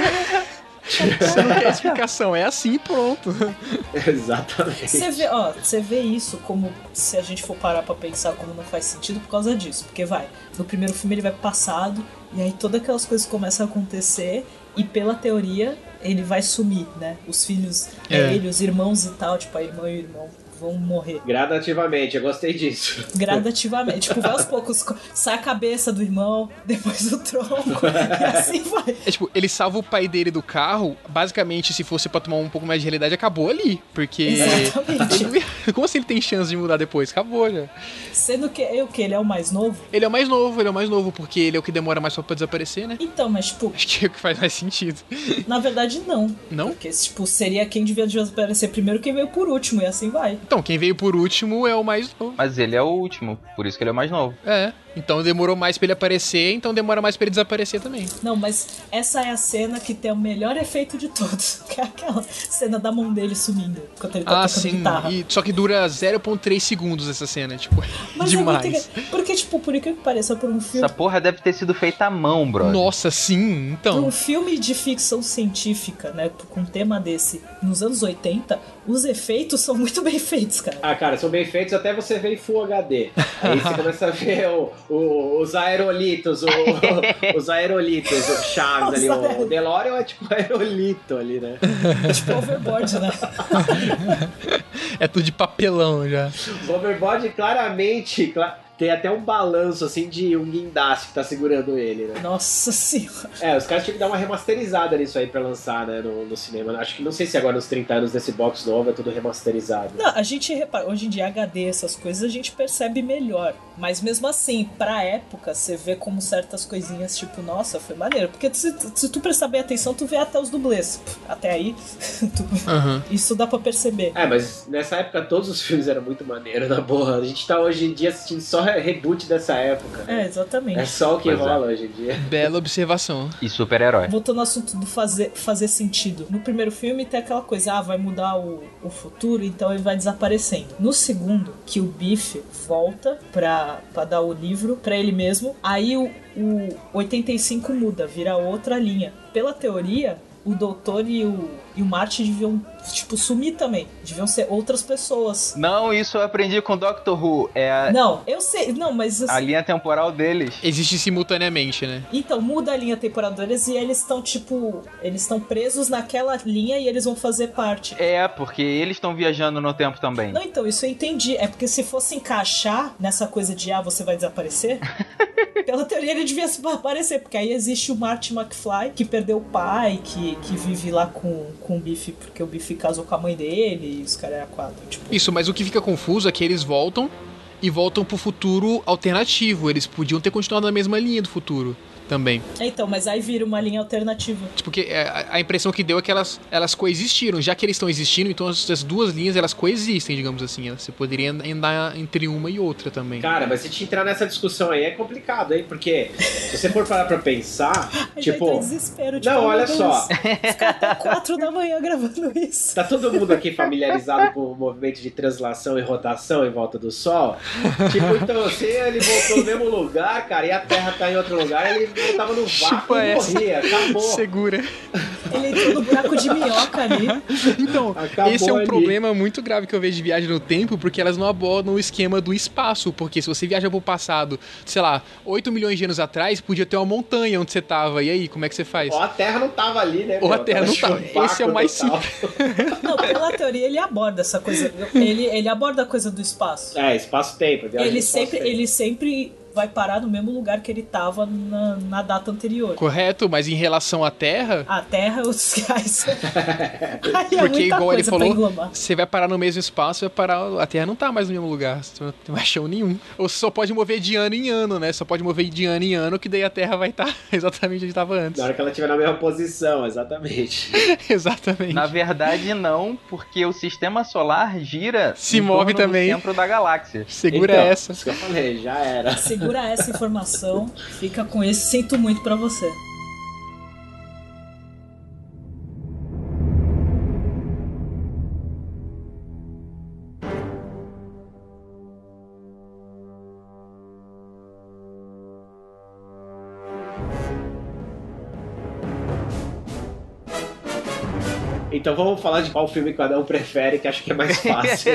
Speaker 2: você não quer explicação, é assim pronto.
Speaker 5: Exatamente.
Speaker 3: Você vê, ó, você vê isso como se a gente for parar pra pensar como não faz sentido por causa disso, porque vai, no primeiro filme ele vai pro passado e aí todas aquelas coisas começam a acontecer e pela teoria ele vai sumir, né? Os filhos
Speaker 2: É.
Speaker 3: dele, os irmãos e tal, tipo a irmã e o irmão vão morrer.
Speaker 5: Gradativamente, eu gostei disso.
Speaker 3: Gradativamente. tipo, vai aos poucos. Sai a cabeça do irmão, depois o tronco. e assim vai.
Speaker 2: É tipo, ele salva o pai dele do carro. Basicamente, se fosse pra tomar um pouco mais de realidade, acabou ali. Porque.
Speaker 3: Exatamente.
Speaker 2: Ele- como assim ele tem chance de mudar depois? Acabou já.
Speaker 3: Sendo que é o que? Ele é o mais novo?
Speaker 2: Ele é o mais novo, ele é o mais novo, porque ele é o que demora mais pra desaparecer, né?
Speaker 3: Então, mas tipo,
Speaker 2: Acho que é o que faz mais sentido.
Speaker 3: na verdade não.
Speaker 2: Não?
Speaker 3: Porque, tipo, seria quem devia desaparecer primeiro quem veio por último, e assim vai.
Speaker 2: Então, quem veio por último é o mais novo.
Speaker 1: Mas ele é o último, por isso que ele é o mais novo.
Speaker 2: É. Então demorou mais pra ele aparecer, então demora mais pra ele desaparecer também.
Speaker 3: Não, mas essa é a cena que tem o melhor efeito de todos. Que é aquela cena da mão dele sumindo. Enquanto ele tá
Speaker 2: ah,
Speaker 3: tocando
Speaker 2: sim.
Speaker 3: guitarra.
Speaker 2: E- só que dura 0.3 segundos essa cena, tipo,
Speaker 3: Mas é muito
Speaker 2: demais.
Speaker 3: engra- Porque, tipo, por incrível que pareça, por um filme.
Speaker 1: Essa porra deve ter sido feita à mão, brother.
Speaker 2: Nossa, sim,
Speaker 3: por
Speaker 2: então.
Speaker 3: Um filme de ficção científica, né? Com um tema desse nos anos 80, os efeitos são muito bem feitos, cara.
Speaker 5: Ah, cara, são bem feitos até você ver em Full HD. Aí você começa a ver o- o- os aerolitos, o- os aerolitos, o Chaves ali. O, o DeLorean é tipo aerolito ali, né?
Speaker 3: tipo overboard, né?
Speaker 2: É tudo de papelão já.
Speaker 5: O Overboard claramente cla- tem até um balanço assim de um guindaste que tá segurando ele, né?
Speaker 3: Nossa senhora.
Speaker 5: É, os caras tinham que dar uma remasterizada nisso aí pra lançar, né, no, no cinema. Acho que não sei se agora nos 30 anos desse box novo é tudo remasterizado.
Speaker 3: Não, a gente repara, hoje em dia HD, essas coisas, a gente percebe melhor. Mas mesmo assim, pra época, você vê como certas coisinhas, tipo, nossa, foi maneiro. Porque se, se tu prestar bem atenção, tu vê até os dublês. Até aí, tu-
Speaker 2: Aham.
Speaker 3: isso dá pra perceber.
Speaker 5: É, mas nessa época todos os filmes eram muito maneiros, na boa. A gente tá hoje em dia assistindo só re- reboot dessa época.
Speaker 3: É,
Speaker 5: né?
Speaker 3: exatamente.
Speaker 5: É só o que
Speaker 1: Pois é.
Speaker 5: rola hoje em dia.
Speaker 2: Bela observação.
Speaker 1: E super-herói.
Speaker 3: Voltando ao assunto do fazer, fazer sentido. No primeiro filme tem aquela coisa, ah, vai mudar o, o futuro, então ele vai desaparecendo. No segundo, que o Biff volta pra, pra dar o livro pra ele mesmo, aí o, o 85 muda, vira outra linha. Pela teoria, o doutor e o, e o Marty deviam, tipo, sumir também. Deviam ser outras pessoas.
Speaker 1: Não, isso eu aprendi com Doctor Who. É a,
Speaker 3: Não, eu sei, não, mas assim,
Speaker 1: a linha temporal deles.
Speaker 2: Existe simultaneamente, né?
Speaker 3: Então, muda a linha temporal deles e eles estão, tipo, eles estão presos naquela linha e eles vão fazer parte.
Speaker 1: É, porque eles estão viajando no tempo também.
Speaker 3: Não, então, isso eu entendi. É porque se fosse encaixar nessa coisa de, ah, você vai desaparecer, pela teoria ele devia se aparecer, porque aí existe o Marty McFly, que perdeu o pai, que, que vive lá com, com o Biff, porque o Biff casou com a mãe dele e os caras eram quatro. Tipo,
Speaker 2: Isso, mas o que fica confuso é que eles voltam e voltam pro futuro alternativo. Eles podiam ter continuado na mesma linha do futuro também.
Speaker 3: é, então, mas aí vira uma linha alternativa.
Speaker 2: Tipo, que é, a a impressão que deu é que elas, elas coexistiram. Já que eles estão existindo, então as, as duas linhas elas coexistem, digamos assim. Elas- Você poderia and- andar entre uma e outra também.
Speaker 5: Cara, mas se te entrar nessa discussão aí é complicado, hein? Porque se você for parar pra pensar,
Speaker 3: A gente
Speaker 5: tipo.
Speaker 3: tá em desespero de
Speaker 5: não,
Speaker 3: falar,
Speaker 5: olha
Speaker 3: meu
Speaker 5: só.
Speaker 3: Deus, Ficar até quatro da manhã gravando isso.
Speaker 5: Tá todo mundo aqui familiarizado com o movimento de translação e rotação em volta do Sol. Tipo, então, se ele voltou no mesmo lugar, cara, e a Terra tá em outro lugar, ele voltava no vácuo
Speaker 2: Chupa
Speaker 5: e
Speaker 2: essa.
Speaker 5: morria. Acabou.
Speaker 2: Segura.
Speaker 3: Ele entrou no buraco de minhoca ali.
Speaker 2: Então,
Speaker 5: Acabou
Speaker 2: esse é um
Speaker 5: ali.
Speaker 2: problema muito grave que eu vejo de viagem no tempo, porque elas não abordam o esquema do espaço. Porque se você viaja pro passado, sei lá, 8 milhões de anos atrás, podia ter uma montanha onde você tava. E aí, como é que você faz?
Speaker 5: Ou a Terra não tava ali, né?
Speaker 2: Ou a
Speaker 5: meu?
Speaker 2: Terra não tava.
Speaker 5: tipo,
Speaker 2: Esse é o mais
Speaker 5: vácuo total.
Speaker 3: Não, pela teoria ele aborda essa coisa. Ele, ele aborda a coisa do espaço.
Speaker 5: É, espaço-tempo. viagem no
Speaker 3: Ele sempre,
Speaker 5: espaço-tempo.
Speaker 3: ele sempre vai parar no mesmo lugar que ele tava na, na data anterior.
Speaker 2: Correto, mas em relação à Terra,
Speaker 3: A Terra, os cais. Aí é
Speaker 2: Porque,
Speaker 3: muita
Speaker 2: igual ele
Speaker 3: coisa pra
Speaker 2: falou,
Speaker 3: englobar.
Speaker 2: você vai parar no mesmo espaço, vai parar. A Terra não tá mais no mesmo lugar. Você não tem mais chão nenhum. Ou você só pode mover de ano em ano, né? Só pode mover de ano em ano, que daí a Terra vai estar exatamente onde tava antes.
Speaker 5: Na hora que ela estiver na mesma posição, exatamente.
Speaker 2: exatamente.
Speaker 1: Na verdade, não, porque o sistema solar gira
Speaker 2: Se
Speaker 1: em
Speaker 2: move
Speaker 1: torno
Speaker 2: também.
Speaker 1: do centro da galáxia.
Speaker 2: Segura
Speaker 5: Então,
Speaker 2: essa.
Speaker 5: Isso que eu falei, já era.
Speaker 3: Segura essa informação, fica com esse. Sinto muito pra você.
Speaker 5: Então vamos falar de qual filme cada um prefere, que acho que é mais fácil.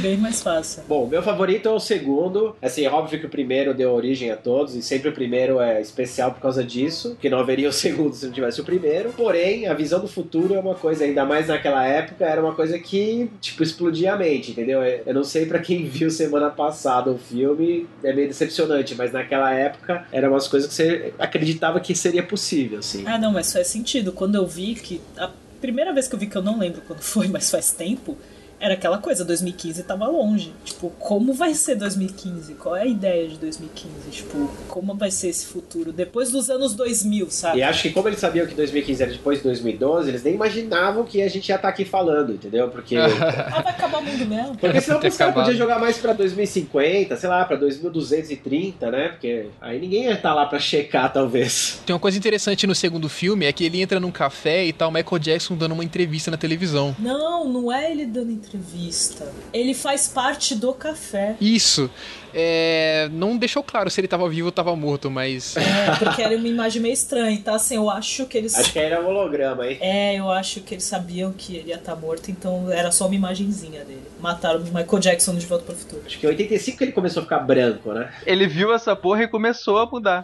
Speaker 3: Bem mais fácil.
Speaker 5: Bom, meu favorito é o segundo. Assim, óbvio que o primeiro deu origem a todos, e sempre o primeiro é especial por causa disso, que não haveria o segundo se não tivesse o primeiro. Porém, a visão do futuro é uma coisa, ainda mais naquela época, era uma coisa que, tipo, explodia a mente, entendeu? Eu não sei para quem viu semana passada o filme, é meio decepcionante, mas naquela época eram umas coisas que você acreditava que seria possível, assim.
Speaker 3: Ah, não, mas faz sentido. Quando eu vi que. A primeira vez que eu vi, que eu não lembro quando foi, mas faz tempo era aquela coisa, 2015 tava longe. Tipo, como vai ser 2015? Qual é a ideia de 2015? Tipo, como vai ser esse futuro depois dos anos 2000, sabe?
Speaker 5: E acho que como eles sabiam que 2015 era depois de 2012, eles nem imaginavam que a gente ia estar tá aqui falando, entendeu? Porque...
Speaker 3: ah, vai acabar o mundo mesmo.
Speaker 5: Porque senão os caras podiam jogar mais pra 2050, sei lá, pra 2230, né? Porque aí ninguém ia estar tá lá pra checar, talvez.
Speaker 2: Tem uma coisa interessante no segundo filme, é que ele entra num café e tá o Michael Jackson dando uma entrevista na televisão.
Speaker 3: Não, não é ele dando entrevista entrevista. Ele faz parte do café.
Speaker 2: Isso. É, não deixou claro se ele tava vivo ou tava morto, mas.
Speaker 3: É, porque era uma imagem meio estranha, tá? Assim, eu acho que eles.
Speaker 5: Acho que era um holograma, hein?
Speaker 3: É, eu acho que eles sabiam que ele ia estar tá morto, então era só uma imagenzinha dele. Mataram o Michael Jackson de volta pro futuro.
Speaker 5: Acho que em 85 que ele começou a ficar branco, né?
Speaker 1: Ele viu essa porra e começou a mudar.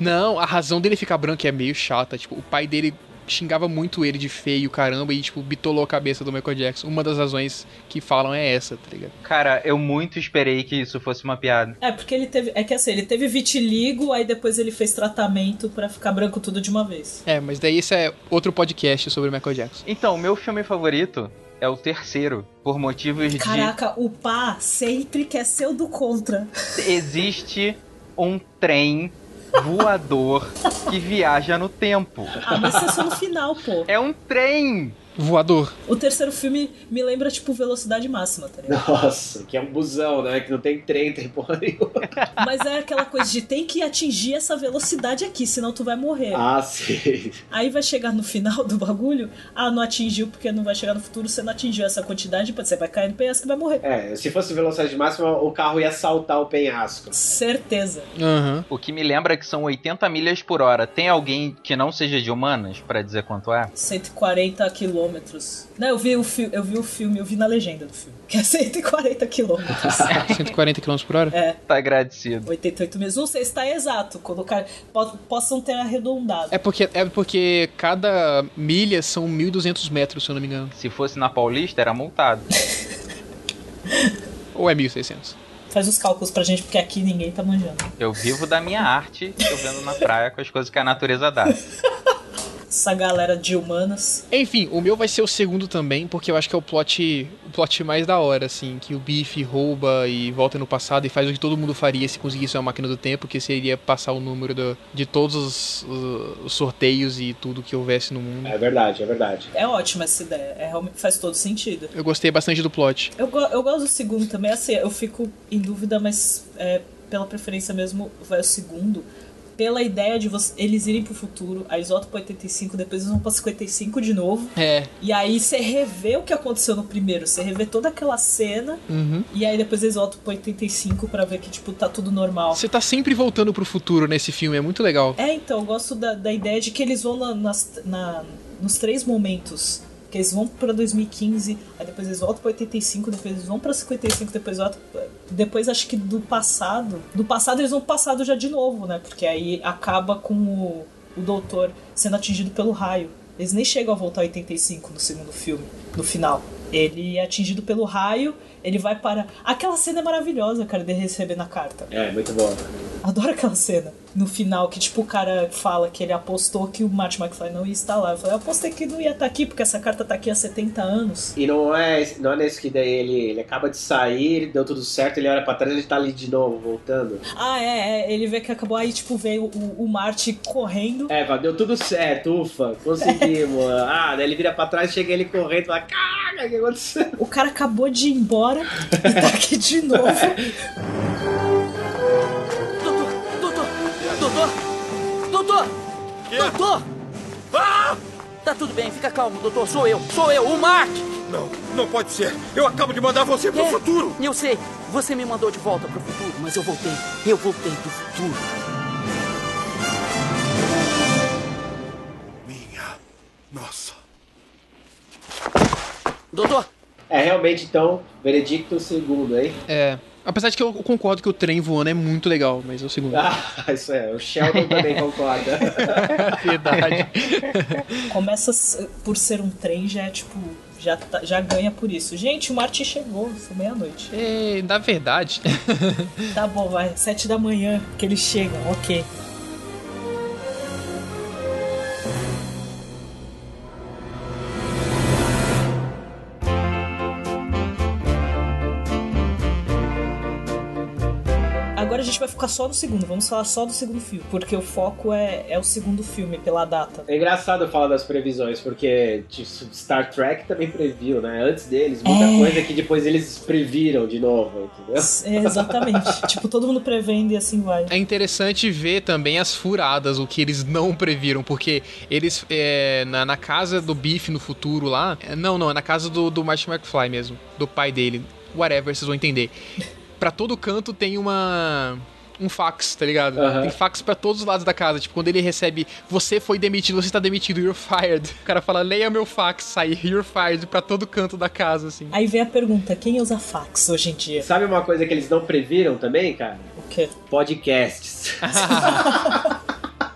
Speaker 2: não, a razão dele ficar branco é meio chata. Tipo, o pai dele xingava muito ele de feio, caramba, e, tipo, bitolou a cabeça do Michael Jackson. Uma das razões que falam é essa, tá ligado?
Speaker 1: Cara, eu muito esperei que isso fosse uma piada.
Speaker 3: É, porque ele teve. É que assim, ele teve vitiligo, aí depois ele fez tratamento para ficar branco tudo de uma vez.
Speaker 2: É, mas daí isso é outro podcast sobre o Michael Jackson.
Speaker 1: Então, meu filme favorito é o terceiro, por motivos
Speaker 3: Caraca, de. Caraca, o pá sempre quer ser o do contra.
Speaker 1: Existe um trem voador que viaja no tempo.
Speaker 3: Ah, mas isso é só no final, pô.
Speaker 1: É um trem!
Speaker 2: Voador.
Speaker 3: O terceiro filme me lembra, tipo, velocidade máxima, tá ligado?
Speaker 5: Nossa, que é um busão, né? Que não tem trem, tem porra nenhuma.
Speaker 3: Mas é aquela coisa de tem que atingir essa velocidade aqui, senão tu vai morrer.
Speaker 5: Ah, sim.
Speaker 3: Aí vai chegar no final do bagulho, ah, não atingiu porque não vai chegar no futuro, você não atingiu essa quantidade, você vai cair no penhasco e vai morrer.
Speaker 5: É, se fosse velocidade máxima, o carro ia saltar o penhasco.
Speaker 3: Certeza.
Speaker 2: Uhum.
Speaker 1: O que me lembra que são 80 milhas por hora. Tem alguém que não seja de humanas para dizer quanto é?
Speaker 3: 140 quilômetros quilômetros. Não, eu vi, o eu vi o filme, eu vi na legenda do filme. Que é 140 quilômetros.
Speaker 2: 140 quilômetros por hora?
Speaker 3: É.
Speaker 1: Tá agradecido.
Speaker 3: 88 meses. Não sei se tá exato. Colocar, possam ter arredondado.
Speaker 2: É porque, é porque cada milha são 1.200 metros, se eu não me engano.
Speaker 1: Se fosse na Paulista, era multado.
Speaker 2: Ou é 1.600?
Speaker 3: faz os cálculos pra gente, porque aqui ninguém tá manjando.
Speaker 1: Eu vivo da minha arte, eu vendo na praia com as coisas que a natureza dá.
Speaker 3: Essa galera de humanas.
Speaker 2: Enfim, o meu vai ser o segundo também, porque eu acho que é o plot, o plot mais da hora, assim, que o Biff rouba e volta no passado e faz o que todo mundo faria se conseguisse uma máquina do tempo, que seria passar o número do, de todos os, os, sorteios e tudo que houvesse no mundo.
Speaker 5: É verdade, é verdade.
Speaker 3: É ótima essa ideia, é, realmente faz todo sentido.
Speaker 2: Eu gostei bastante do plot.
Speaker 3: Eu, go eu gosto do segundo também, assim, eu fico em dúvida, mas é, pela preferência mesmo vai o segundo. Pela ideia de você, eles irem pro futuro, a Isótopo 85, depois eles vão pra 55 de novo.
Speaker 2: É.
Speaker 3: E aí você revê o que aconteceu no primeiro, você revê toda aquela cena,
Speaker 2: uhum.
Speaker 3: e aí depois eles voltam pro 85 pra ver que, tipo, tá tudo normal.
Speaker 2: Você tá sempre voltando pro futuro nesse filme, é muito legal.
Speaker 3: É, então, eu gosto da, da ideia de que eles vão na, nas, na, nos três momentos que eles vão para 2015, aí depois eles voltam para 85, depois eles vão para 55, depois voltam, depois acho que do passado, do passado eles vão pro passado já de novo, né? Porque aí acaba com o, o doutor sendo atingido pelo raio. Eles nem chegam a voltar a 85 no segundo filme, no final. Ele é atingido pelo raio, ele vai para. Aquela cena é maravilhosa, cara, de receber na carta.
Speaker 5: É, muito boa.
Speaker 3: Adoro aquela cena. No final, que tipo, o cara fala que ele apostou que o Martin McFly não ia estar lá. Eu falei, eu apostei que não ia estar aqui, porque essa carta tá aqui há 70 anos.
Speaker 5: E não é, não é nesse que daí ele, ele acaba de sair, deu tudo certo, ele olha pra trás ele tá ali de novo, voltando.
Speaker 3: Ah, é, é ele vê que acabou, aí tipo, veio o, o Marty correndo.
Speaker 5: É, deu tudo certo, ufa, conseguimos. É. Ah, daí ele vira pra trás, chega ele correndo e fala, caraca, o que aconteceu?
Speaker 3: O cara acabou de ir embora embora e tá aqui de novo.
Speaker 11: doutor, doutor, doutor, doutor,
Speaker 4: que?
Speaker 11: doutor!
Speaker 4: Ah!
Speaker 11: Tá tudo bem, fica calmo, doutor. Sou eu, sou eu, o Mark!
Speaker 4: Não, não pode ser. Eu acabo de mandar você pro
Speaker 11: é,
Speaker 4: futuro.
Speaker 11: Eu sei, você me mandou de volta pro futuro, mas eu voltei. Eu voltei pro futuro.
Speaker 4: Minha. Nossa.
Speaker 11: Doutor,
Speaker 5: É realmente, então, veredicto segundo, hein?
Speaker 2: É. Apesar de que eu concordo que o trem voando é muito legal, mas é o segundo.
Speaker 5: Ah, isso é. O Sheldon também concorda.
Speaker 2: Verdade.
Speaker 3: Começa por ser um trem, já é tipo. Já, tá- já ganha por isso. Gente, o Martin chegou, foi meia-noite.
Speaker 2: É, na verdade.
Speaker 3: Tá bom, vai. Sete da manhã que eles chegam, ok. Agora a gente vai ficar só no segundo, vamos falar só do segundo filme, porque o foco é, é o segundo filme, pela data.
Speaker 5: É engraçado falar das previsões, porque tipo, Star Trek também previu, né? Antes deles, muita
Speaker 3: É.
Speaker 5: coisa que depois eles previram de novo, entendeu?
Speaker 3: É, exatamente. tipo, todo mundo prevendo e assim vai.
Speaker 2: É interessante ver também as furadas, o que eles não previram, porque eles, é, na, na casa do Biff no futuro lá, é, não, não, é na casa do, do Marty McFly mesmo, do pai dele, whatever, vocês vão entender. Pra todo canto tem uma... Um fax, tá ligado?
Speaker 5: Aham.
Speaker 2: Tem fax pra todos os lados da casa. Tipo, quando ele recebe, você foi demitido, você tá demitido, you're fired. O cara fala, leia meu fax, sai, you're fired, pra todo canto da casa, assim.
Speaker 3: Aí vem a pergunta: quem usa fax hoje em dia?
Speaker 5: Sabe uma coisa que eles não previram também, cara?
Speaker 3: O quê?
Speaker 5: Podcasts.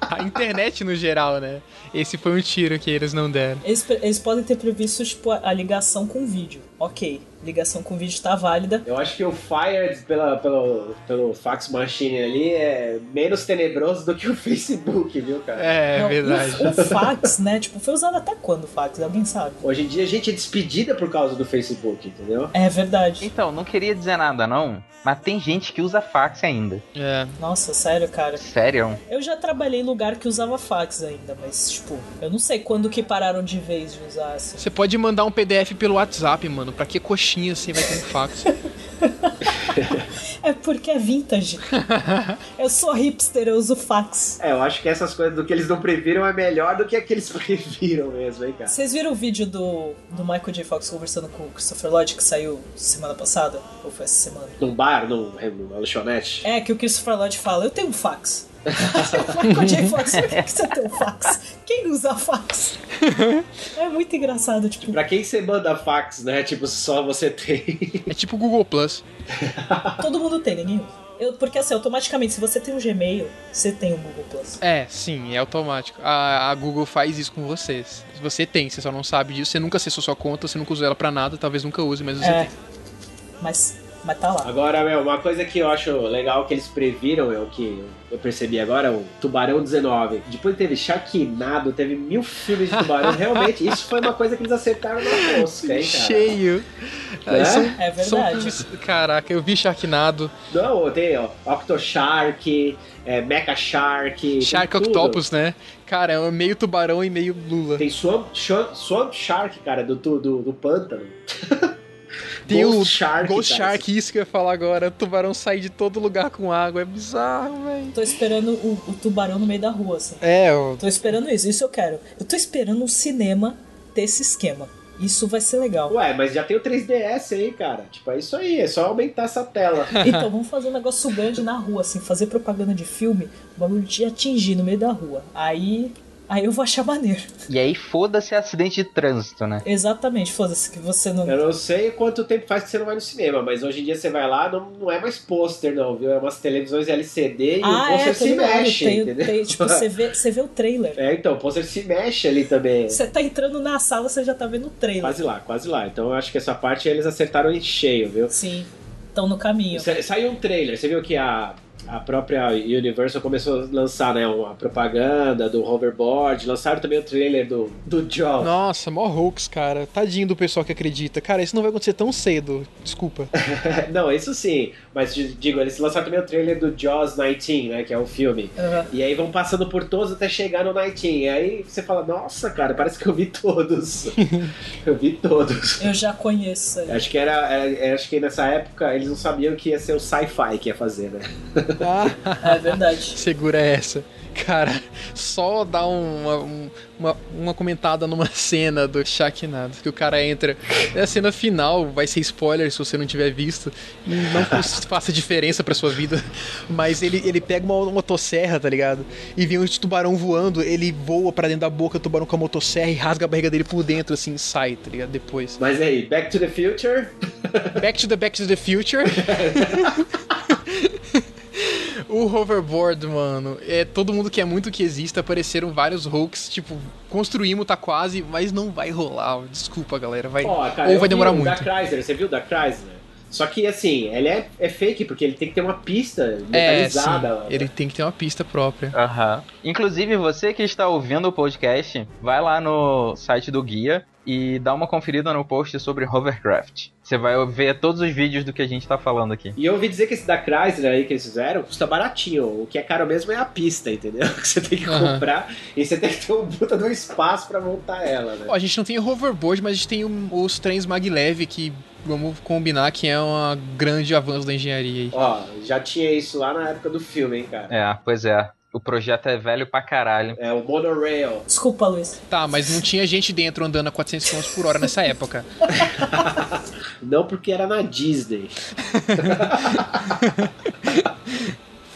Speaker 2: A internet no geral, né? Esse foi um tiro que eles não deram.
Speaker 3: Eles, pre- eles podem ter previsto tipo, a a ligação com o vídeo. Ok, ligação com o vídeo tá válida.
Speaker 5: Eu acho que o Fired pela, pelo, pelo fax machine ali é menos tenebroso do que o Facebook, viu, cara?
Speaker 2: É,
Speaker 3: Não,
Speaker 2: verdade.
Speaker 3: O, o fax, né? Tipo, foi usado até quando o fax? Alguém sabe?
Speaker 5: Hoje em dia a gente é despedida por causa do Facebook, entendeu?
Speaker 3: É verdade.
Speaker 1: Então, não queria dizer nada não, mas tem gente que usa fax ainda.
Speaker 2: É.
Speaker 3: Nossa, sério, cara.
Speaker 1: Sério?
Speaker 3: Eu já trabalhei em lugar que usava fax ainda, mas, tipo, eu não sei quando que pararam de vez de usar assim.
Speaker 2: Você pode mandar um PDF pelo WhatsApp, mano. Pra que coxinha assim vai ter um fax?
Speaker 3: É porque é vintage. eu sou hipster, eu uso fax.
Speaker 5: É, eu acho que essas coisas do que eles não previram é melhor do que aqueles previram mesmo, hein, cara?
Speaker 3: Vocês viram o vídeo do, do Michael J. Fox conversando com o Christopher Lloyd que saiu semana passada? Ou foi essa semana?
Speaker 5: Num bar, num, numa lanchonete.
Speaker 3: É, que o Christopher Lloyd fala, eu tenho um fax. Michael J. Fox, por que que você tem um fax? Quem usa fax? É muito engraçado, tipo,
Speaker 5: Pra quem você manda fax, né? Tipo, só você tem.
Speaker 2: É tipo o Google Plus.
Speaker 3: todo mundo tem, ninguém usa. Eu, porque assim, automaticamente, se você tem um Gmail, você tem um Google Plus.
Speaker 2: É, sim, é automático. A, a Google faz isso com vocês. Você tem, você só não sabe disso. Você nunca acessou sua conta, você nunca usou ela pra nada, talvez nunca use, mas você
Speaker 3: É.
Speaker 2: tem.
Speaker 3: Mas, mas tá lá.
Speaker 5: Agora, meu, uma coisa que eu acho legal que eles previram, é o que eu percebi agora, é o Tubarão 19. Depois teve Chaquinado, teve mil filmes de tubarão. Realmente, isso foi uma coisa que eles acertaram na mosca, hein, cara?
Speaker 2: Cheio.
Speaker 5: Né?
Speaker 2: Aí são,
Speaker 3: É
Speaker 2: são
Speaker 3: verdade.
Speaker 2: filmes. Caraca, eu vi Sharknado,
Speaker 5: Não, tem, ó, Octoshark, é, Mecha Shark. tem
Speaker 2: Shark
Speaker 5: tudo.
Speaker 2: Octopus, né? Cara, é meio tubarão e meio Lula.
Speaker 5: Tem Swamp, Sha- Swamp Shark, cara, do, do, do, do pântano.
Speaker 2: Tem
Speaker 5: Ghost
Speaker 2: o
Speaker 5: Shark.
Speaker 2: Ghost
Speaker 5: cara.
Speaker 2: Shark, isso que eu ia falar agora. O tubarão sai de todo lugar com água. É bizarro, velho.
Speaker 3: Tô esperando o, o tubarão no meio da rua, assim.
Speaker 2: É, o
Speaker 3: Tô esperando isso, isso eu quero. Eu tô esperando um cinema ter esse esquema. Isso vai ser legal.
Speaker 5: Ué, mas já tem o 3DS aí, cara. Tipo, é isso aí, é só aumentar essa tela.
Speaker 3: Então, vamos fazer um negócio grande na rua, assim, fazer propaganda de filme, o bagulho te atingir no meio da rua. Aí. Aí eu vou achar maneiro.
Speaker 1: E aí foda-se acidente de trânsito, né?
Speaker 3: Exatamente, foda-se que você não.
Speaker 5: Eu não sei quanto tempo faz que você não vai no cinema, mas hoje em dia você vai lá, não, não é mais pôster, não, viu? É umas televisões LCD e o
Speaker 3: Ah,
Speaker 5: pôster
Speaker 3: é, tô
Speaker 5: se
Speaker 3: ligado,
Speaker 5: mexe,
Speaker 3: tem,
Speaker 5: entendeu?
Speaker 3: tem, Tipo, você vê, você vê o trailer.
Speaker 5: É, então, o pôster se mexe ali também.
Speaker 3: Você tá entrando na sala, você já tá vendo o trailer.
Speaker 5: Quase lá, quase lá. Então eu acho que essa parte eles acertaram em cheio, viu?
Speaker 3: Sim, estão no caminho.
Speaker 5: Sa- Saiu um trailer, você viu que a, a própria Universal começou a lançar, né, uma propaganda do hoverboard, lançaram também o trailer do, do Jaws.
Speaker 2: Nossa, mó hoax, cara. Tadinho do pessoal que acredita. Cara, isso não vai acontecer tão cedo. Desculpa.
Speaker 5: Não, isso sim, mas d- digo, eles lançaram também o trailer do Jaws 19, né, que é o filme.
Speaker 3: Aham.
Speaker 5: E aí vão passando por todos até chegar no 19. E aí você fala, nossa, cara, parece que eu vi todos. eu vi todos.
Speaker 3: Eu já conheço. ele.
Speaker 5: Acho que era, era- acho que nessa época eles não sabiam que ia ser o sci-fi que ia fazer, né?
Speaker 2: Ah,
Speaker 3: É verdade.
Speaker 2: segura essa. Cara, só dar uma, um, uma, uma comentada numa cena do Shaquinado, que o cara entra. É a cena final, vai ser spoiler se você não tiver visto. Não faça diferença pra sua vida. Mas ele, ele pega uma motosserra, tá ligado? E vem um tubarão voando, ele voa pra dentro da boca, o tubarão com a motosserra e rasga a barriga dele por dentro, assim, sai, tá ligado? Depois.
Speaker 5: Mas aí, Back to the Future?
Speaker 2: Back to the Back to the Future. O hoverboard, mano, é todo mundo quer muito que exista. Apareceram vários hoax, tipo, construímos, tá quase, mas não vai rolar. Desculpa, galera. Vai,
Speaker 5: Ó, cara,
Speaker 2: ou
Speaker 5: eu
Speaker 2: vai
Speaker 5: vi
Speaker 2: demorar
Speaker 5: o
Speaker 2: muito.
Speaker 5: Da Chrysler, você viu o da Chrysler? Só que assim, ele é, é fake, porque ele tem que ter uma pista
Speaker 2: É, sim,
Speaker 5: metalizada. lá.
Speaker 2: ele tem que ter uma pista própria.
Speaker 1: Aham. Inclusive, você que está ouvindo o podcast, vai lá no site do guia e dá uma conferida no post sobre hovercraft. Você vai ver todos os vídeos do que a gente está falando aqui.
Speaker 5: E eu ouvi dizer que esse da Chrysler aí que eles fizeram custa baratinho. O que é caro mesmo é a pista, entendeu? Que você tem que
Speaker 2: Aham.
Speaker 5: comprar e você tem que ter um puta de um espaço pra montar ela, né?
Speaker 2: Ó, a gente não tem hoverboard, mas a gente tem o- os trens maglev que vamos combinar que é um grande avanço da engenharia aí.
Speaker 5: Ó, já tinha isso lá na época do filme, hein, cara?
Speaker 1: É, pois é. O projeto é velho pra caralho.
Speaker 5: É o monorail.
Speaker 3: Desculpa, Luiz.
Speaker 2: Tá, mas não tinha gente dentro andando a 400 km por hora nessa época.
Speaker 5: Não porque era na Disney.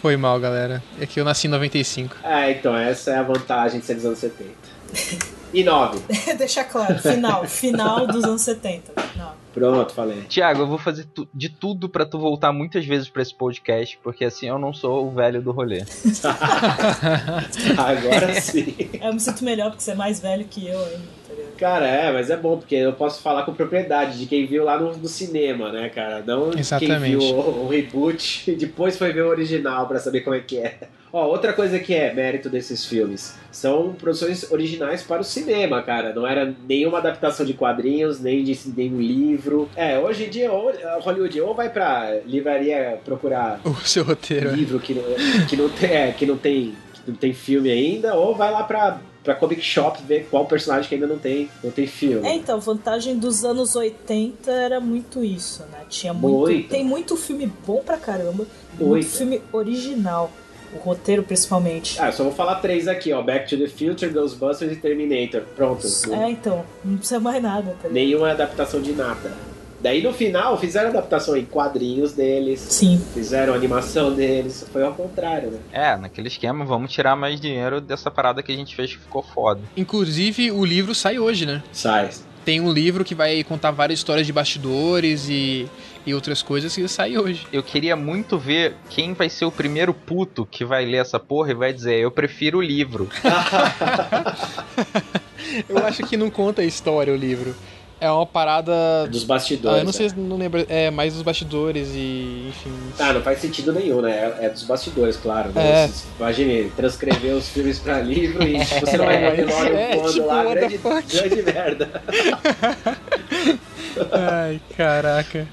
Speaker 2: Foi mal, galera. É que eu nasci em 95.
Speaker 5: É, então, essa é a vantagem de ser dos anos 70. E 9.
Speaker 3: Deixar claro, final, final dos anos 70. Não.
Speaker 5: Pronto, falei.
Speaker 1: Tiago, eu vou fazer tu- de tudo pra tu voltar muitas vezes pra esse podcast, porque assim eu não sou o velho do rolê.
Speaker 5: Agora sim.
Speaker 3: Eu me sinto melhor porque você é mais velho que eu ainda, tá ligado?
Speaker 5: Cara, é, mas é bom, porque eu posso falar com propriedade de quem viu lá no, no cinema, né, cara? Não de quem
Speaker 2: Exatamente.
Speaker 5: viu o, o reboot e depois foi ver o original pra saber como é que é. Ó, outra coisa que é mérito desses filmes são produções originais para o cinema, cara. Não era nenhuma adaptação de quadrinhos, nem de nenhum livro. É, hoje em dia, ou, Hollywood ou vai pra livraria procurar
Speaker 2: O seu roteiro. é.
Speaker 5: livro que não, que não tem, é, que não tem, que não tem filme ainda, ou vai lá pra, pra comic shop ver qual personagem que ainda não tem, não tem filme.
Speaker 3: É, então, vantagem dos anos 80 era muito isso, né? Tinha muito.
Speaker 5: Muito.
Speaker 3: Tem muito filme bom pra caramba, muito,
Speaker 5: Muito.
Speaker 3: filme original. O roteiro, principalmente.
Speaker 5: Ah, eu só vou falar três aqui, ó. Back to the Future, Ghostbusters e Terminator. Pronto.
Speaker 3: É, então, não precisa mais nada, tá ligado?
Speaker 5: Nenhuma adaptação de nada. Daí no final fizeram adaptação em quadrinhos deles,
Speaker 3: Sim.
Speaker 5: fizeram animação deles, foi ao contrário, né?
Speaker 1: É, naquele esquema, vamos tirar mais dinheiro dessa parada que a gente fez que ficou foda.
Speaker 2: Inclusive, o livro sai hoje, né?
Speaker 5: Sai.
Speaker 2: Tem um livro que vai contar várias histórias de bastidores e, e outras coisas que sai hoje.
Speaker 1: Eu queria muito ver quem vai ser o primeiro puto que vai ler essa porra e vai dizer, eu prefiro o livro.
Speaker 2: Eu acho que não conta a história o livro. É uma parada.
Speaker 5: Dos
Speaker 2: Ah,
Speaker 5: bastidores.
Speaker 2: eu não sei,
Speaker 5: né?
Speaker 2: se não lembro. É, mais dos bastidores e. Enfim.
Speaker 5: Ah, não faz sentido nenhum, né? É, é dos bastidores, claro.
Speaker 2: É.
Speaker 5: Né? Esses- Imagine transcrever os filmes pra livro e tipo, você não vai
Speaker 2: É,
Speaker 5: ver logo
Speaker 2: é,
Speaker 5: voando
Speaker 2: tipo,
Speaker 5: lá.
Speaker 2: what the
Speaker 5: Grande,
Speaker 2: fuck?
Speaker 5: grande merda.
Speaker 2: Ai, caraca.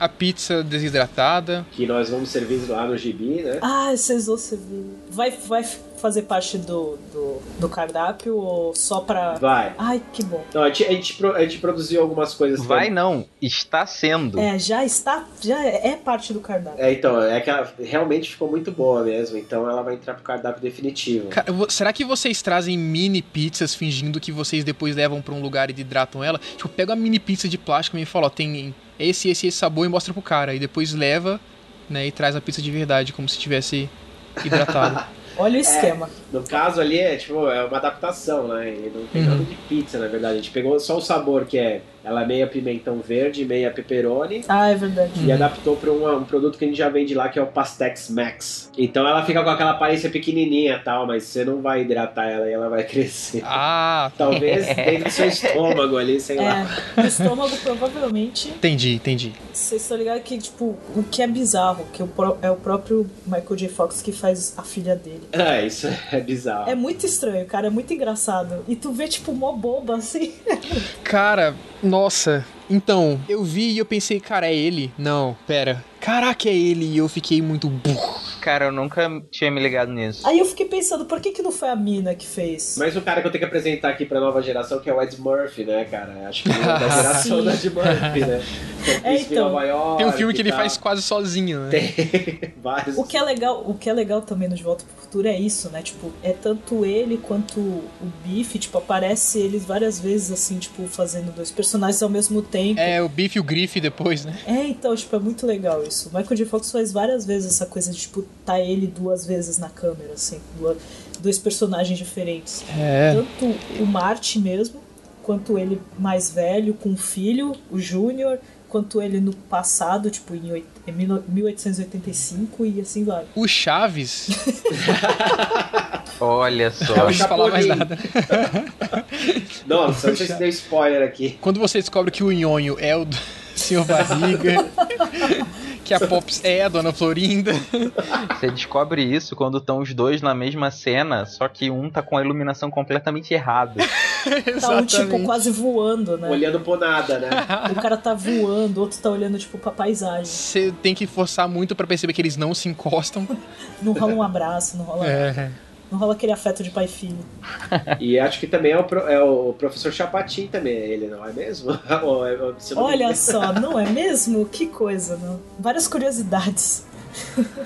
Speaker 2: A pizza desidratada.
Speaker 5: Que nós vamos servir lá no gibi, né?
Speaker 3: Ah, vocês vão se ver. Vai, vai fazer parte do, do, do cardápio ou só pra.
Speaker 5: Vai.
Speaker 3: Ai, que bom.
Speaker 5: Não, a gente, a gente pro- a gente produziu algumas coisas
Speaker 1: Vai não, está sendo.
Speaker 3: É, já está. Já é é parte do cardápio.
Speaker 5: É, então, é que ela realmente ficou muito boa mesmo, então ela vai entrar pro cardápio definitivo.
Speaker 2: Cara, vo- será que vocês trazem mini pizzas fingindo que vocês depois levam pra um lugar e hidratam ela? Tipo, pega uma mini pizza de plástico e fala, ó, tem esse, esse, esse sabor e mostra pro cara. E depois leva, né, e traz a pizza de verdade, como se tivesse hidratado.
Speaker 3: Olha o esquema.
Speaker 5: No caso ali é tipo, é uma adaptação, né? E não tem
Speaker 2: Uhum.
Speaker 5: nada de pizza, na verdade. A gente pegou só o sabor que é ela é meia pimentão verde, meia pepperoni.
Speaker 3: Ah, é verdade.
Speaker 5: E adaptou para um, um produto que a gente já vende lá, que é o Pastex Max. Então ela fica com aquela aparência pequenininha e tal, mas você não vai hidratar ela e ela vai crescer.
Speaker 2: ah,
Speaker 5: Talvez dentro do seu estômago ali, sei lá.
Speaker 3: É, o estômago provavelmente.
Speaker 2: entendi, entendi.
Speaker 3: Vocês estão ligados que, tipo, o que é bizarro, que o pró- é o próprio Michael J. Fox que faz a filha dele.
Speaker 5: É, isso é bizarro.
Speaker 3: É muito estranho, cara, é muito engraçado. E tu vê, tipo, mó boba, assim.
Speaker 2: Cara, nossa. Então, eu vi e eu pensei, cara, é ele? Não, pera. Caraca, é ele. E eu fiquei muito burro.
Speaker 1: Cara, eu nunca tinha me ligado nisso.
Speaker 3: Aí eu fiquei pensando, por que que não foi a mina que fez?
Speaker 5: Mas o cara que eu tenho que apresentar aqui pra nova geração, que é o Ed Murphy, né, cara? Acho que ele é da geração do Ed Murphy, né? Que é o
Speaker 3: É,
Speaker 5: príncipe em
Speaker 3: então.
Speaker 5: Nova York
Speaker 2: Tem um filme que
Speaker 5: e
Speaker 2: ele
Speaker 5: tal.
Speaker 2: faz quase sozinho, né?
Speaker 5: Tem vários.
Speaker 3: O que é legal, o que é legal também no De Volta pro Futuro é isso, né? Tipo, é tanto ele quanto o Biff, tipo, aparece eles várias vezes assim, tipo, fazendo dois personagens ao mesmo tempo.
Speaker 2: É, o Biff e o Griff depois, né?
Speaker 3: É, então, tipo, é muito legal isso. O Michael J. Fox faz várias vezes essa coisa de, tipo, tá ele duas vezes na câmera, assim, duas- dois personagens diferentes.
Speaker 2: É.
Speaker 3: Tanto o Marty mesmo, quanto ele mais velho, com o filho, o Júnior, quanto ele no passado, tipo, em oit- em 1885 e assim vai.
Speaker 2: O Chaves,
Speaker 1: Olha só.
Speaker 2: eu não vou falar mais
Speaker 5: Chapolin.
Speaker 2: nada.
Speaker 5: Nossa, deixa eu te dei spoiler aqui.
Speaker 2: Quando você descobre que o Nhonho é o do Senhor Barriga, que a Pops é a Dona Florinda.
Speaker 1: Você descobre isso quando estão os dois na mesma cena, só que um tá com a iluminação completamente errada.
Speaker 3: Tá um tipo
Speaker 2: Exatamente.
Speaker 3: quase voando, né?
Speaker 5: Olhando por nada, né?
Speaker 3: O cara tá voando, o outro tá olhando, tipo, pra paisagem.
Speaker 2: Você tem que forçar muito pra perceber que eles não se encostam.
Speaker 3: Não rola um abraço, não rola,
Speaker 2: É.
Speaker 3: não rola aquele afeto de pai e filho.
Speaker 5: E acho que também é o, pro- é o professor Chapatin também, é ele, não é mesmo? Ou é- ou- se eu não me
Speaker 3: Olha
Speaker 5: engano.
Speaker 3: só, não é mesmo? Que coisa, não? Várias curiosidades.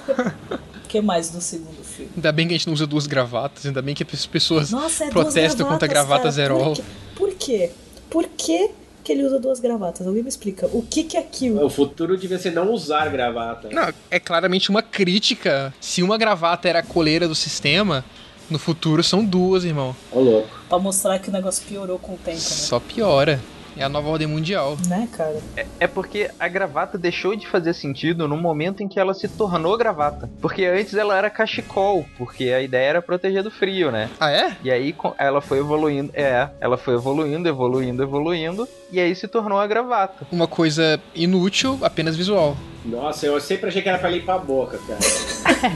Speaker 3: O que mais do segundo filme?
Speaker 2: Ainda bem que a gente não usa duas gravatas, ainda bem que as pessoas
Speaker 3: Nossa, é
Speaker 2: protestam
Speaker 3: duas gravatas,
Speaker 2: contra gravata
Speaker 3: cara. é
Speaker 2: zero.
Speaker 3: Por quê? Por quê? Por quê que ele usa duas gravatas? Alguém me explica. O que que é aquilo?
Speaker 5: O futuro devia ser não usar gravata.
Speaker 2: Não, é claramente uma crítica. Se uma gravata era a coleira do sistema, no futuro são duas, irmão.
Speaker 5: Ô louco.
Speaker 3: Pra mostrar que o negócio piorou com o tempo, né?
Speaker 2: Só piora. É a nova ordem mundial.
Speaker 3: Né, cara?
Speaker 1: É porque a gravata deixou de fazer sentido no momento em que ela se tornou gravata. Porque antes ela era cachecol, porque a ideia era proteger do frio, né?
Speaker 2: Ah, é?
Speaker 1: E aí co- ela foi evoluindo, é, ela foi evoluindo, evoluindo, evoluindo, e aí se tornou a gravata.
Speaker 2: Uma coisa inútil, apenas visual.
Speaker 5: Nossa, eu sempre achei que era pra limpar a boca, cara.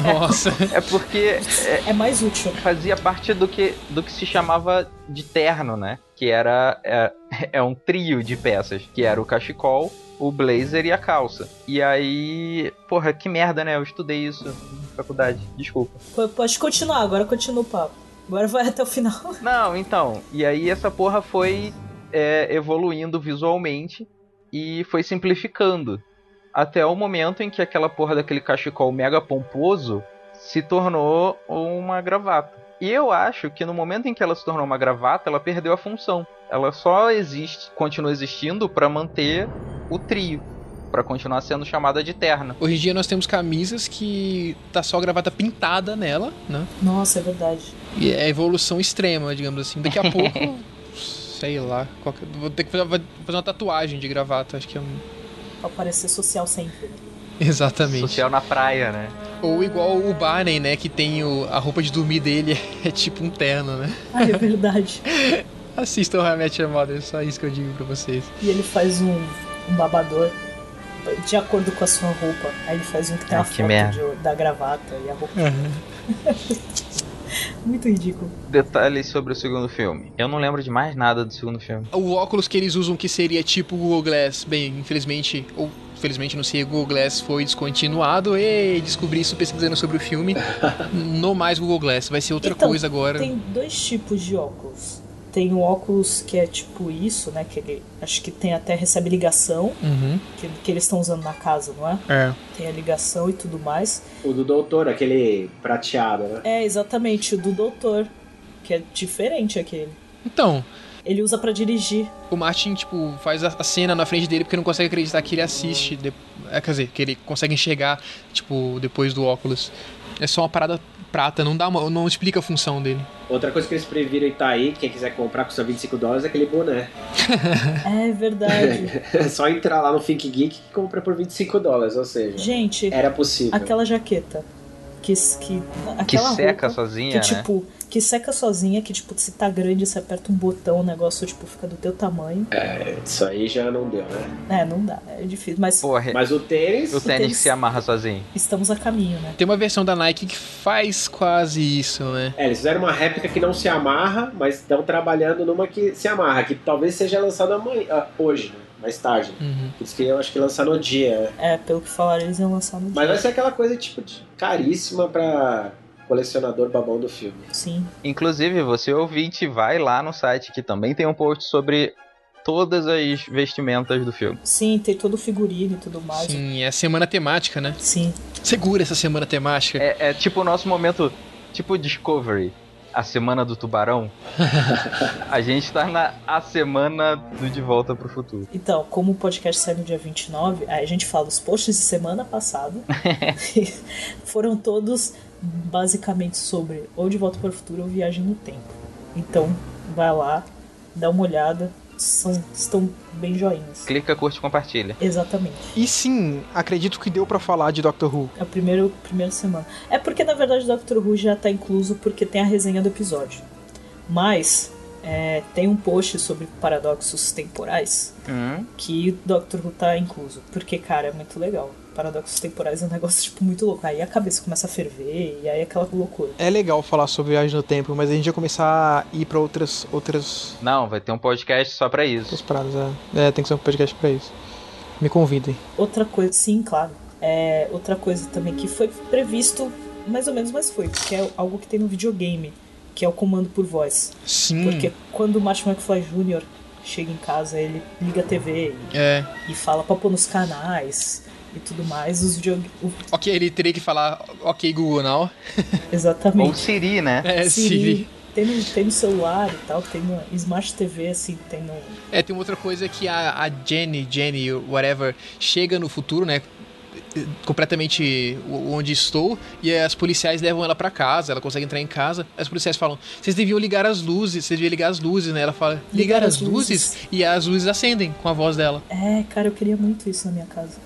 Speaker 2: Nossa.
Speaker 1: É porque é,
Speaker 3: É mais útil.
Speaker 1: fazia parte do que, do que se chamava de terno, né? Que era é, é um trio de peças, que era o cachecol, o blazer e a calça. E aí, porra, que merda, né? Eu estudei isso na faculdade, desculpa.
Speaker 3: P- Pode continuar, agora continua o papo. Agora vai até o final.
Speaker 1: Não, então, e aí essa porra foi é, evoluindo visualmente e foi simplificando. Até o momento em que aquela porra daquele cachecol mega pomposo se tornou uma gravata. E eu acho que no momento em que ela se tornou uma gravata, ela perdeu a função. Ela só existe, continua existindo pra manter o trio, Pra continuar sendo chamada de terno.
Speaker 2: Hoje em dia nós temos camisas que tá só a gravata pintada nela, né?
Speaker 3: Nossa, é verdade.
Speaker 2: E é evolução extrema, digamos assim. Daqui a pouco, sei lá, qualquer- vou ter que fazer, vou fazer uma tatuagem de gravata, acho que é um...
Speaker 3: Pra parecer social sempre.
Speaker 2: Exatamente.
Speaker 1: Social na praia, né?
Speaker 2: Ou igual o Barney, né, que tem o- a roupa de dormir dele é tipo um terno, né?
Speaker 3: Ah, é verdade.
Speaker 2: Assistam How I Met Your Mother, só isso que eu digo pra vocês.
Speaker 3: e ele faz um, um babador de acordo com a sua roupa. Aí ele faz um que tem
Speaker 1: Ah,
Speaker 3: a
Speaker 1: que
Speaker 3: foto
Speaker 1: merda.
Speaker 3: de- da gravata e a roupa. Muito ridículo.
Speaker 1: Detalhes sobre o segundo filme. Eu não lembro de mais nada do segundo filme.
Speaker 2: O óculos que eles usam que seria tipo o Google Glass, bem, infelizmente, ou felizmente não sei, o Google Glass foi descontinuado e descobri isso pesquisando sobre o filme. não mais Google Glass, vai ser outra
Speaker 3: Então,
Speaker 2: coisa agora.
Speaker 3: Tem dois tipos de óculos. Tem o óculos que é tipo isso, né? Que ele, acho que tem até recebe ligação,
Speaker 2: Uhum.
Speaker 3: que, que eles estão usando na casa, não é?
Speaker 2: É.
Speaker 3: Tem a ligação e tudo mais.
Speaker 5: O do doutor, aquele prateado, né?
Speaker 3: É exatamente o do doutor, que é diferente aquele.
Speaker 2: Então,
Speaker 3: Ele usa pra dirigir.
Speaker 2: o Martin, tipo, faz a- a cena na frente dele porque não consegue acreditar que ele assiste. de- é, Quer dizer, que ele consegue enxergar, tipo, depois do óculos. É só uma parada prata, não dá uma- não explica a função dele.
Speaker 5: Outra coisa que eles previram e tá aí, quem quiser comprar custa 25 dólares, é aquele boné.
Speaker 3: É verdade.
Speaker 5: É só entrar lá no Think Geek que compra por 25 dólares, ou seja,
Speaker 3: Gente,
Speaker 5: era possível.
Speaker 3: aquela jaqueta que que aquela
Speaker 1: Que seca
Speaker 3: roupa
Speaker 1: sozinha,
Speaker 3: que
Speaker 1: né?
Speaker 3: tipo que seca sozinha que tipo se tá grande você aperta um botão o negócio tipo fica do teu tamanho
Speaker 1: É.
Speaker 5: Isso aí já não deu, né?
Speaker 3: é não dá é difícil mas
Speaker 1: Porra,
Speaker 5: Mas o tênis.
Speaker 1: o tênis que se amarra sozinho.
Speaker 3: estamos a caminho né
Speaker 2: Tem uma versão da Nike que faz quase isso, né?
Speaker 5: É, eles fizeram uma réplica que não se amarra, mas estão trabalhando numa que se amarra, que talvez seja lançada amanhã, ah, hoje, né? mais tarde.
Speaker 2: Uhum.
Speaker 5: Por isso que eu acho que lançar no dia. né.
Speaker 3: É, pelo que falaram, eles iam lançar no dia.
Speaker 5: Mas vai ser aquela coisa tipo de caríssima pra colecionador babão do filme.
Speaker 3: Sim.
Speaker 1: Inclusive, você ouvinte, vai lá no site que também tem um post sobre todas as vestimentas do filme.
Speaker 3: Sim, tem todo o figurino e tudo mais.
Speaker 2: Sim, é a semana temática, né?
Speaker 3: Sim.
Speaker 2: Segura essa semana temática.
Speaker 1: É, é tipo o nosso momento, tipo Discovery. A semana do tubarão. a gente tá na a semana do De Volta pro Futuro.
Speaker 3: Então, como o podcast sai no dia 29, aí a gente fala os posts de semana passada. foram todos basicamente sobre ou De Volta para o Futuro ou Viagem no Tempo. Então, vai lá, dá uma olhada, são, estão bem joinhas.
Speaker 1: Clica, curte e compartilha.
Speaker 3: Exatamente.
Speaker 12: E sim, acredito que deu para falar de Doctor Who.
Speaker 3: A primeira, primeira semana. É porque, na verdade, Doctor Who já tá incluso porque tem a resenha do episódio. Mas, é, tem um post sobre paradoxos temporais
Speaker 1: Hum.
Speaker 3: que Doctor Who tá incluso. Porque, cara, é muito legal. Paradoxos temporais é um negócio, tipo, muito louco. Aí a cabeça começa a ferver e aí é aquela loucura.
Speaker 12: É legal falar sobre viagem no tempo, mas a gente ia começar a ir pra outras, outras,
Speaker 1: Não, vai ter um podcast só pra
Speaker 12: outras
Speaker 1: isso.
Speaker 12: paradas. É. É, tem que ser um podcast pra isso. Me convidem.
Speaker 3: Outra coisa, sim, claro. É, outra coisa também que foi previsto, mais ou menos, mas foi, que é algo que tem no videogame, que é o comando por voz.
Speaker 2: Sim.
Speaker 3: Porque quando o Martin McFly Jr. chega em casa, ele liga a TV
Speaker 2: É.
Speaker 3: e, e fala pra pôr nos canais e tudo mais. Os videogames.
Speaker 2: Ok, ele teria que falar ok Google Now.
Speaker 1: Ou
Speaker 3: Exatamente.
Speaker 1: Siri, né?
Speaker 2: É, Siri.
Speaker 3: Tem no, tem no celular e tal, tem no Smart TV, assim, tem no.
Speaker 2: É, tem uma outra coisa que a, a Jenny, Jenny, whatever, chega no futuro, né? Completamente o- onde estou, e as policiais levam ela pra casa. Ela consegue entrar em casa. As policiais falam: Vocês deviam ligar as luzes, vocês deviam ligar as luzes, né? Ela fala: Ligar, as, luzes? E as luzes acendem com a voz dela.
Speaker 3: É, cara, eu queria muito isso na minha casa.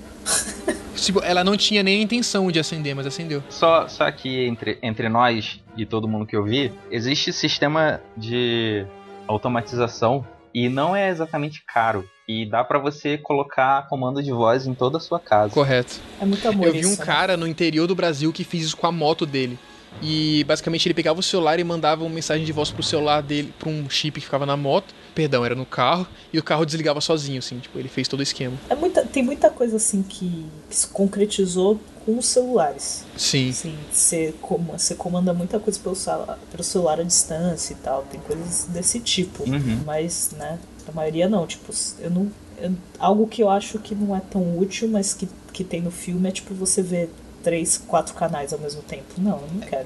Speaker 2: Tipo, ela não tinha nem a intenção de acender, mas acendeu.
Speaker 1: Só, só que entre, entre nós e todo mundo que eu vi, existe sistema de automatização e não é exatamente caro. E dá pra você colocar comando de voz em toda a sua casa.
Speaker 2: Correto.
Speaker 3: É muito amor
Speaker 2: Eu vi um
Speaker 3: isso, né?
Speaker 2: cara no interior do Brasil que fez isso com a moto dele. E basicamente ele pegava o celular e mandava uma mensagem de voz pro celular dele, pra um chip que ficava na moto. Perdão, era no carro. E o carro desligava sozinho, assim. Tipo, ele fez todo o esquema.
Speaker 3: É muita, tem muita coisa assim que, que se concretizou com os celulares.
Speaker 2: Sim.
Speaker 3: Assim, você, com- você comanda muita coisa pelo, sala- pelo celular à distância e tal. Tem coisas desse tipo.
Speaker 1: Uhum.
Speaker 3: Mas, né, a maioria não. Tipo, eu não. eu- algo que eu acho que não é tão útil, mas que, que tem no filme é tipo você ver três, quatro canais ao mesmo tempo. Não, eu não
Speaker 2: É,
Speaker 3: quero.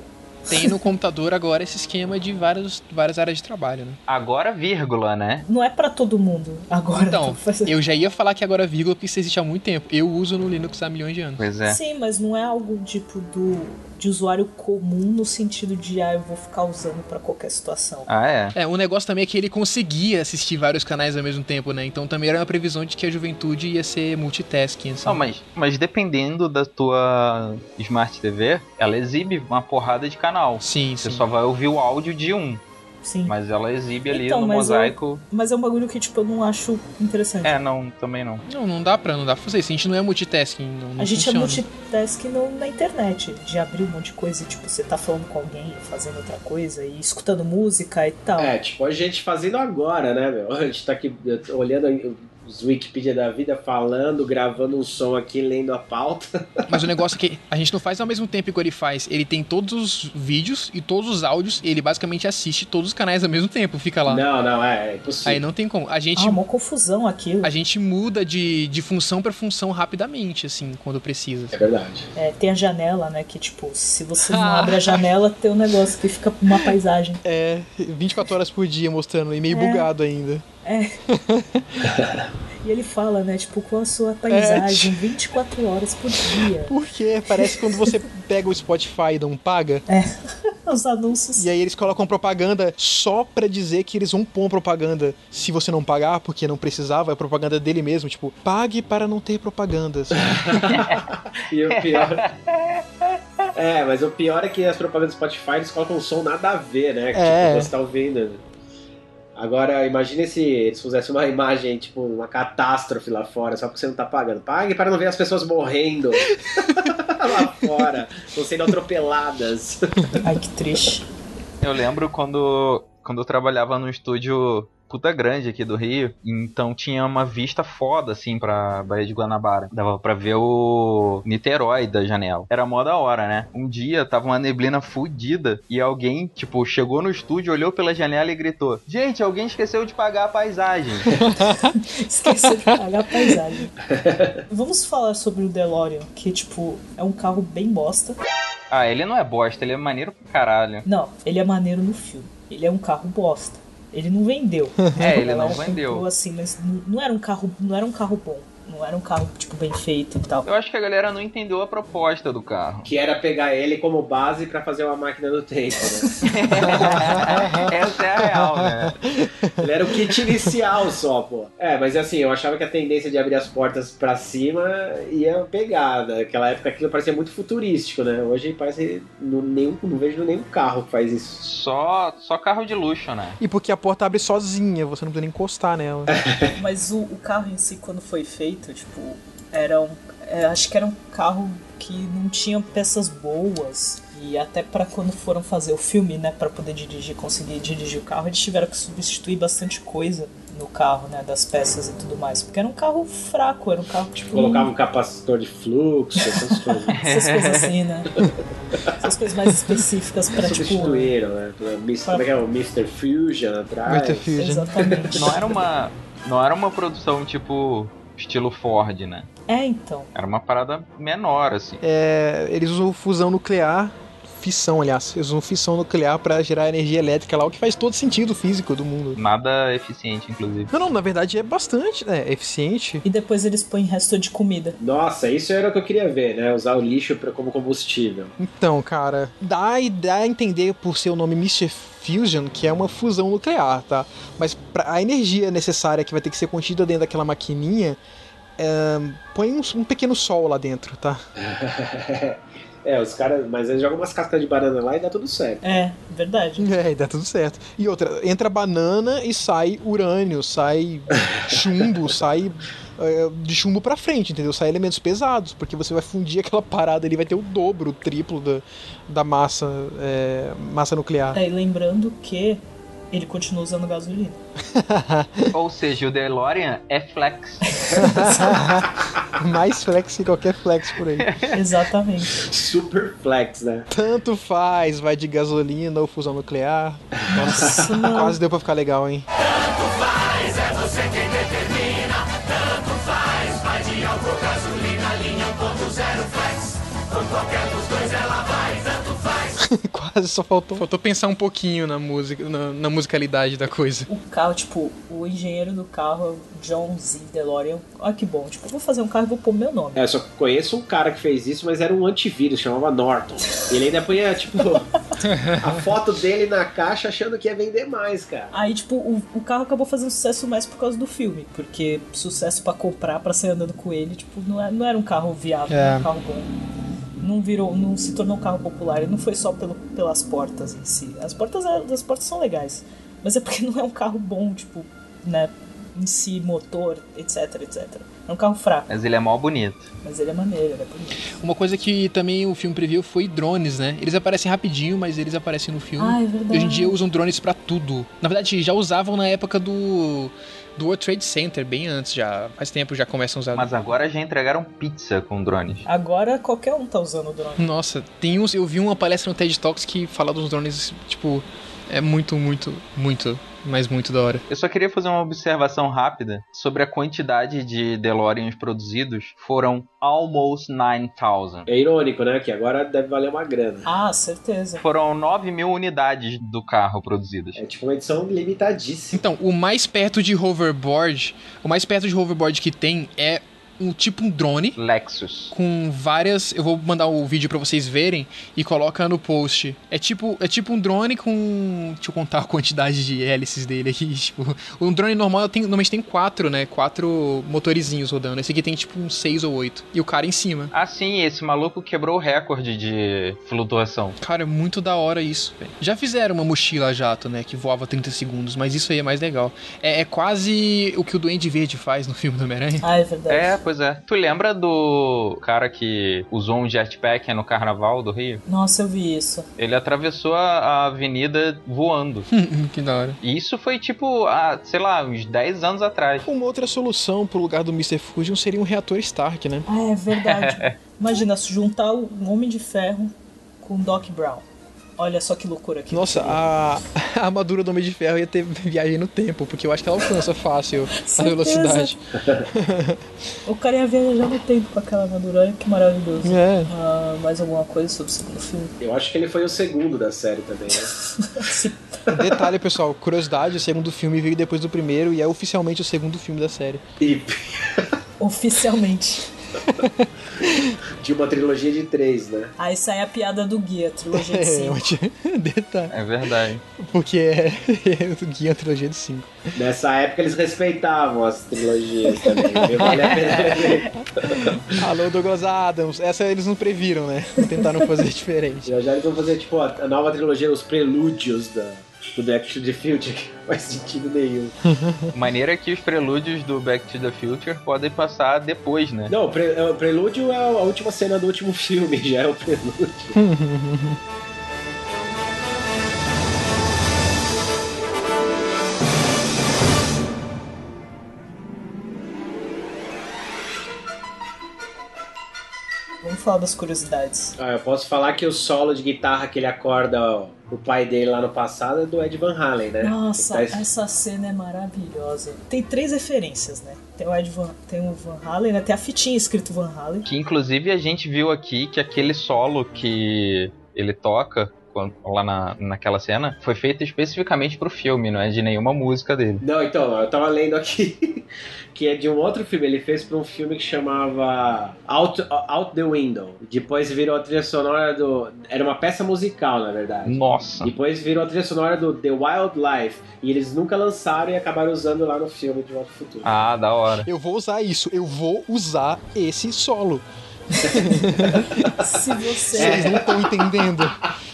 Speaker 2: Tem no computador agora esse esquema de várias, várias áreas de trabalho, né?
Speaker 1: Agora, vírgula, né?
Speaker 3: Não é pra todo mundo agora.
Speaker 2: Então,
Speaker 3: tô fazendo-
Speaker 2: eu já ia falar que agora vírgula, porque isso existe há muito tempo. Eu uso no Linux há milhões de anos.
Speaker 1: Pois é.
Speaker 3: Sim, mas não é algo tipo do de usuário comum no sentido de ah, eu vou ficar usando pra qualquer situação.
Speaker 1: Ah, é.
Speaker 2: É, o negócio também é que ele conseguia assistir vários canais ao mesmo tempo, né? Então também era uma previsão de que a juventude ia ser multitasking, assim.
Speaker 1: Não, Ah, mas, mas dependendo da tua Smart TV, ela exibe uma porrada de canal.
Speaker 2: Sim,
Speaker 1: Você
Speaker 2: sim.
Speaker 1: só vai ouvir o áudio de um,
Speaker 3: Sim. Mas,
Speaker 1: mas ela exibe ali
Speaker 3: Então,
Speaker 1: no
Speaker 3: mas eu-
Speaker 1: mosaico.
Speaker 3: é um bagulho que tipo eu não acho interessante.
Speaker 1: É, não, também não.
Speaker 2: Não, não dá pra, não dá pra fazer isso. A gente não é multitasking, não, não
Speaker 3: A gente
Speaker 2: funciona.
Speaker 3: é multitask no, na internet, de abrir um monte de coisa, tipo, você tá falando com alguém, fazendo outra coisa, e escutando música e tal. Ah,
Speaker 5: É, tipo, a gente fazendo agora, né, meu? A gente tá aqui eh, olhando os Wikipedia da vida, falando, gravando um som aqui, lendo a pauta.
Speaker 2: Mas o negócio é que a gente não faz ao mesmo tempo que ele faz. Ele tem todos os vídeos e todos os áudios, e ele basicamente assiste todos os canais ao mesmo tempo, fica lá.
Speaker 5: Não, não, é, é impossível.
Speaker 2: Aí não tem como. A gente,
Speaker 3: Ah, uma confusão aquilo.
Speaker 2: tipo- a gente muda de, de função pra função rapidamente, assim, quando precisa.
Speaker 5: É verdade.
Speaker 3: É, tem a janela, né? Que tipo, se você não abre a janela, tem um negócio que fica uma paisagem.
Speaker 12: É, 24 horas por dia mostrando, e meio
Speaker 3: É.
Speaker 12: bugado ainda.
Speaker 3: E ele fala, né? Tipo, qual a sua
Speaker 1: É.
Speaker 3: paisagem? 24 horas por dia.
Speaker 12: Porque parece quando você pega o Spotify e não paga,
Speaker 3: Os anúncios.
Speaker 12: e aí eles colocam propaganda só pra dizer que eles vão pôr propaganda se você não pagar, porque não precisava, é propaganda dele mesmo, tipo, pague para não ter propagandas.
Speaker 5: E o pior. É, mas o pior é que as propagandas do Spotify eles colocam um som nada a ver, né? Que,
Speaker 12: É.
Speaker 5: Tipo, você tá ouvindo. Agora, imagine se eles fizessem uma imagem, tipo, uma catástrofe lá fora, só porque você não tá pagando. Pague para não ver as pessoas morrendo lá fora, estão sendo atropeladas.
Speaker 3: Ai, que triste.
Speaker 1: Eu lembro quando, quando eu trabalhava num estúdio puta grande aqui do Rio, então tinha uma vista foda, assim, pra Baía de Guanabara. Dava pra ver o Niterói da janela. Era mó da hora, né? Um dia tava uma neblina fudida e alguém, tipo, chegou no estúdio, olhou pela janela e gritou: Gente, alguém esqueceu de pagar a paisagem.
Speaker 3: Esqueceu de pagar a paisagem. Vamos falar sobre o DeLorean, que, tipo, é um carro bem bosta.
Speaker 1: Ah, ele não é bosta, ele é maneiro pra caralho.
Speaker 3: Não, ele é maneiro no filme. Ele é um carro bosta. Ele não vendeu.
Speaker 1: É, ele
Speaker 3: Ela
Speaker 1: não vendeu.
Speaker 3: comprou, Assim, mas n- não era um carro, não era um carro bom. Não era um carro, tipo, bem feito e tal.
Speaker 1: Eu acho que a galera não entendeu a proposta do carro.
Speaker 5: Que era pegar ele como base pra fazer uma máquina do tempo, né?
Speaker 1: Essa é a real, né?
Speaker 5: Ele era o kit inicial só, pô. É, mas assim, eu achava que a tendência de abrir as portas pra cima ia pegar. né? Naquela época aquilo parecia muito futurístico, né? Hoje parece. Não, nenhum, não vejo nenhum carro que faz isso.
Speaker 1: Só, só carro de luxo, né?
Speaker 12: E porque a porta abre sozinha, você não precisa nem encostar nela.
Speaker 3: Mas o, o carro em si, quando foi feito, tipo, era um. é, acho que era um carro que não tinha peças boas. E até pra quando foram fazer o filme, né, Pra poder dirigir, conseguir dirigir o carro, eles tiveram que substituir bastante coisa no carro, né, das peças e tudo mais, porque era um carro fraco, era um carro tipo
Speaker 5: Colocava um capacitor de fluxo, essas coisas.
Speaker 3: essas coisas assim, né? Essas coisas mais específicas pra tipo
Speaker 5: Substituíram, né? Mis- Como é que é? O Mr. Fusion atrás.
Speaker 12: Mr. Fusion.
Speaker 3: Exatamente.
Speaker 1: Não é? era uma, não era uma produção tipo estilo Ford, né?
Speaker 3: É, então.
Speaker 1: Era uma parada menor, assim.
Speaker 12: É, eles usam fusão nuclear, fissão, aliás. Eles usam fissão nuclear pra gerar energia elétrica lá, o que faz todo sentido físico do mundo.
Speaker 1: Nada eficiente, inclusive.
Speaker 12: Não, não, na verdade é bastante, né? Eficiente.
Speaker 3: E depois eles põem resto de comida.
Speaker 5: Nossa, isso era o que eu queria ver, né? Usar o lixo pra, como combustível.
Speaker 12: Então, cara, dá, e dá a entender por seu nome Mr. Fusion que é uma fusão nuclear, tá? Mas pra, a energia necessária que vai ter que ser contida dentro daquela maquininha, é, põe um, um pequeno sol lá dentro, tá?
Speaker 5: é, os caras. Mas eles jogam umas cascas de banana lá e dá tudo certo.
Speaker 3: É, verdade.
Speaker 12: É, e dá tudo certo. E outra, entra banana e sai urânio, sai chumbo, sai é, de chumbo pra frente, entendeu? Sai elementos pesados, porque você vai fundir aquela parada ali, vai ter o dobro, o triplo da, da massa, é, massa nuclear.
Speaker 3: É, e lembrando que ele continua usando gasolina.
Speaker 1: Ou seja, o DeLorean é flex.
Speaker 12: Mais flex que qualquer flex por aí.
Speaker 3: Exatamente.
Speaker 5: Super flex, né?
Speaker 12: Tanto faz, vai de gasolina ou fusão nuclear.
Speaker 3: Nossa,
Speaker 12: Quase deu pra ficar legal, hein?
Speaker 10: Mas é você quem determina, tanto faz. Vai de álcool, gasolina, linha 1.0 flex. Com qualquer dos dois ela vai, tanto faz.
Speaker 12: Quase só faltou.
Speaker 2: Faltou pensar um pouquinho na música, na, na musicalidade da coisa.
Speaker 3: O carro, tipo, o engenheiro do carro é o John Z. DeLorean. Olha que bom. Tipo, eu vou fazer um carro e vou pôr meu nome.
Speaker 5: É, eu só conheço um cara que fez isso, mas era um antivírus, chamava Norton. E ele ainda punha, tipo, a foto dele na caixa achando que ia vender mais, cara.
Speaker 3: Aí, tipo, o, o carro acabou fazendo sucesso mais por causa do filme. Porque sucesso pra comprar, pra sair andando com ele, tipo, não, é- não era um carro viável, não
Speaker 12: É.
Speaker 3: era um carro bom. Não virou, não se tornou um carro popular. E não foi só pelo, pelas portas em si. As portas, é- as portas são legais. Mas é porque não é um carro bom, tipo, né? Em si, motor, etc, etc. É um carro fraco,
Speaker 1: Mas ele é mó bonito.
Speaker 3: mas ele é maneiro, ele é bonito.
Speaker 2: Uma coisa que também o filme previu foi drones, né? Eles aparecem rapidinho, mas eles aparecem no filme.
Speaker 3: Ah, é
Speaker 2: E
Speaker 3: verdade.
Speaker 2: Hoje em dia usam drones pra tudo. Na verdade, já usavam na época do do World Trade Center, bem antes já. Faz tempo já começam a usar.
Speaker 1: Mas agora já entregaram pizza com drones.
Speaker 3: Agora qualquer um tá usando o drone.
Speaker 2: Nossa, tem uns, eu vi uma palestra no TED Talks que fala dos drones, tipo, é muito, muito, muito, mas muito da hora.
Speaker 1: Eu só queria fazer uma observação rápida sobre a quantidade de DeLoreans produzidos. Foram almost 9,000.
Speaker 5: É irônico, né? Que agora deve valer uma grana.
Speaker 3: Ah, certeza.
Speaker 1: Foram 9 mil unidades do carro produzidas.
Speaker 5: É tipo uma edição limitadíssima.
Speaker 2: Então, o mais perto de hoverboard, o mais perto de hoverboard que tem é um tipo um drone
Speaker 1: Lexus.
Speaker 2: com várias, eu vou mandar o vídeo pra vocês verem e coloca no post. É tipo, é tipo um drone com, deixa eu contar a quantidade de hélices dele aqui, tipo, um drone normal tem, normalmente tem quatro, né? Quatro motorizinhos rodando. Esse aqui tem tipo uns seis ou oito e o cara em cima.
Speaker 1: Ah, sim, esse maluco quebrou o recorde de flutuação.
Speaker 2: Cara, é muito da hora isso, velho. Já fizeram uma mochila jato, né? Que voava 30 segundos, mas isso aí é mais legal. É, é quase o que o Duende Verde faz no filme do Homem-Aranha.
Speaker 3: Ah, é verdade.
Speaker 1: É, pois é. Tu lembra do cara que usou um jetpack no carnaval do Rio?
Speaker 3: Nossa, eu vi isso.
Speaker 1: Ele atravessou a, a avenida voando.
Speaker 2: que da hora.
Speaker 1: E isso foi tipo, há, sei lá, uns 10 anos atrás.
Speaker 12: Uma outra solução pro lugar do Mr. Fusion seria um reator Stark, né?
Speaker 3: Ah, é verdade. Imagina, se juntar o Homem de Ferro com o Doc Brown. Olha só que loucura aqui.
Speaker 12: Nossa, a, a armadura do Homem de Ferro ia ter viagem no tempo, porque eu acho que ela alcança fácil a velocidade.
Speaker 3: O cara ia viajar no tempo com aquela armadura, olha que maravilhoso.
Speaker 12: É.
Speaker 3: Ah, mais alguma coisa sobre o segundo filme?
Speaker 5: Eu acho que ele foi o segundo da série também, né?
Speaker 12: Detalhe, pessoal, curiosidade, o segundo filme veio depois do primeiro e é oficialmente o segundo filme da série.
Speaker 5: E
Speaker 3: Oficialmente.
Speaker 5: de uma trilogia de três, né?
Speaker 3: Aí sai Ah, é a piada do guia, trilogia de
Speaker 12: É,
Speaker 3: cinco.
Speaker 12: onde- Detalhe.
Speaker 1: É verdade.
Speaker 12: Porque é, é o guia trilogia de 5.
Speaker 5: Nessa época eles respeitavam as trilogias também, viu? Vale a pena ver.
Speaker 12: Alô, Douglas Adams. Essa eles não previram, né? Tentaram fazer diferente.
Speaker 5: Já já eles vão fazer, tipo, a a nova trilogia, os prelúdios da, do Back to the Future, que não faz sentido nenhum.
Speaker 1: Maneira que os prelúdios do Back to the Future podem passar depois, né?
Speaker 5: Não, o pre- é, o prelúdio é a última cena do último filme, já é o prelúdio.
Speaker 3: Vamos falar das curiosidades.
Speaker 5: Ah, eu posso falar que o solo de guitarra que ele acorda ó, o pai dele lá no passado é do Ed Van Halen, né?
Speaker 3: Nossa,
Speaker 5: Ele tá-
Speaker 3: essa cena é maravilhosa. Tem três referências, né? Tem o Ed Van, tem o Van Halen, né? Tem a fitinha escrito Van Halen.
Speaker 1: Que inclusive a gente viu aqui que aquele solo que ele toca quando- lá na, naquela cena foi feito especificamente pro filme, não é de nenhuma música dele.
Speaker 5: Não, então, eu tava lendo aqui que é de um outro filme. Ele fez pra um filme que chamava Out, Out the Window. Depois virou a trilha sonora do. Era uma peça musical, na verdade.
Speaker 1: Nossa.
Speaker 5: Depois virou a trilha sonora do The Wildlife. E eles nunca lançaram e acabaram usando lá no filme de Volta ao Futuro.
Speaker 1: Ah, da hora.
Speaker 12: Eu vou usar isso. Eu vou usar esse solo.
Speaker 3: Se você.
Speaker 12: Vocês não estão entendendo.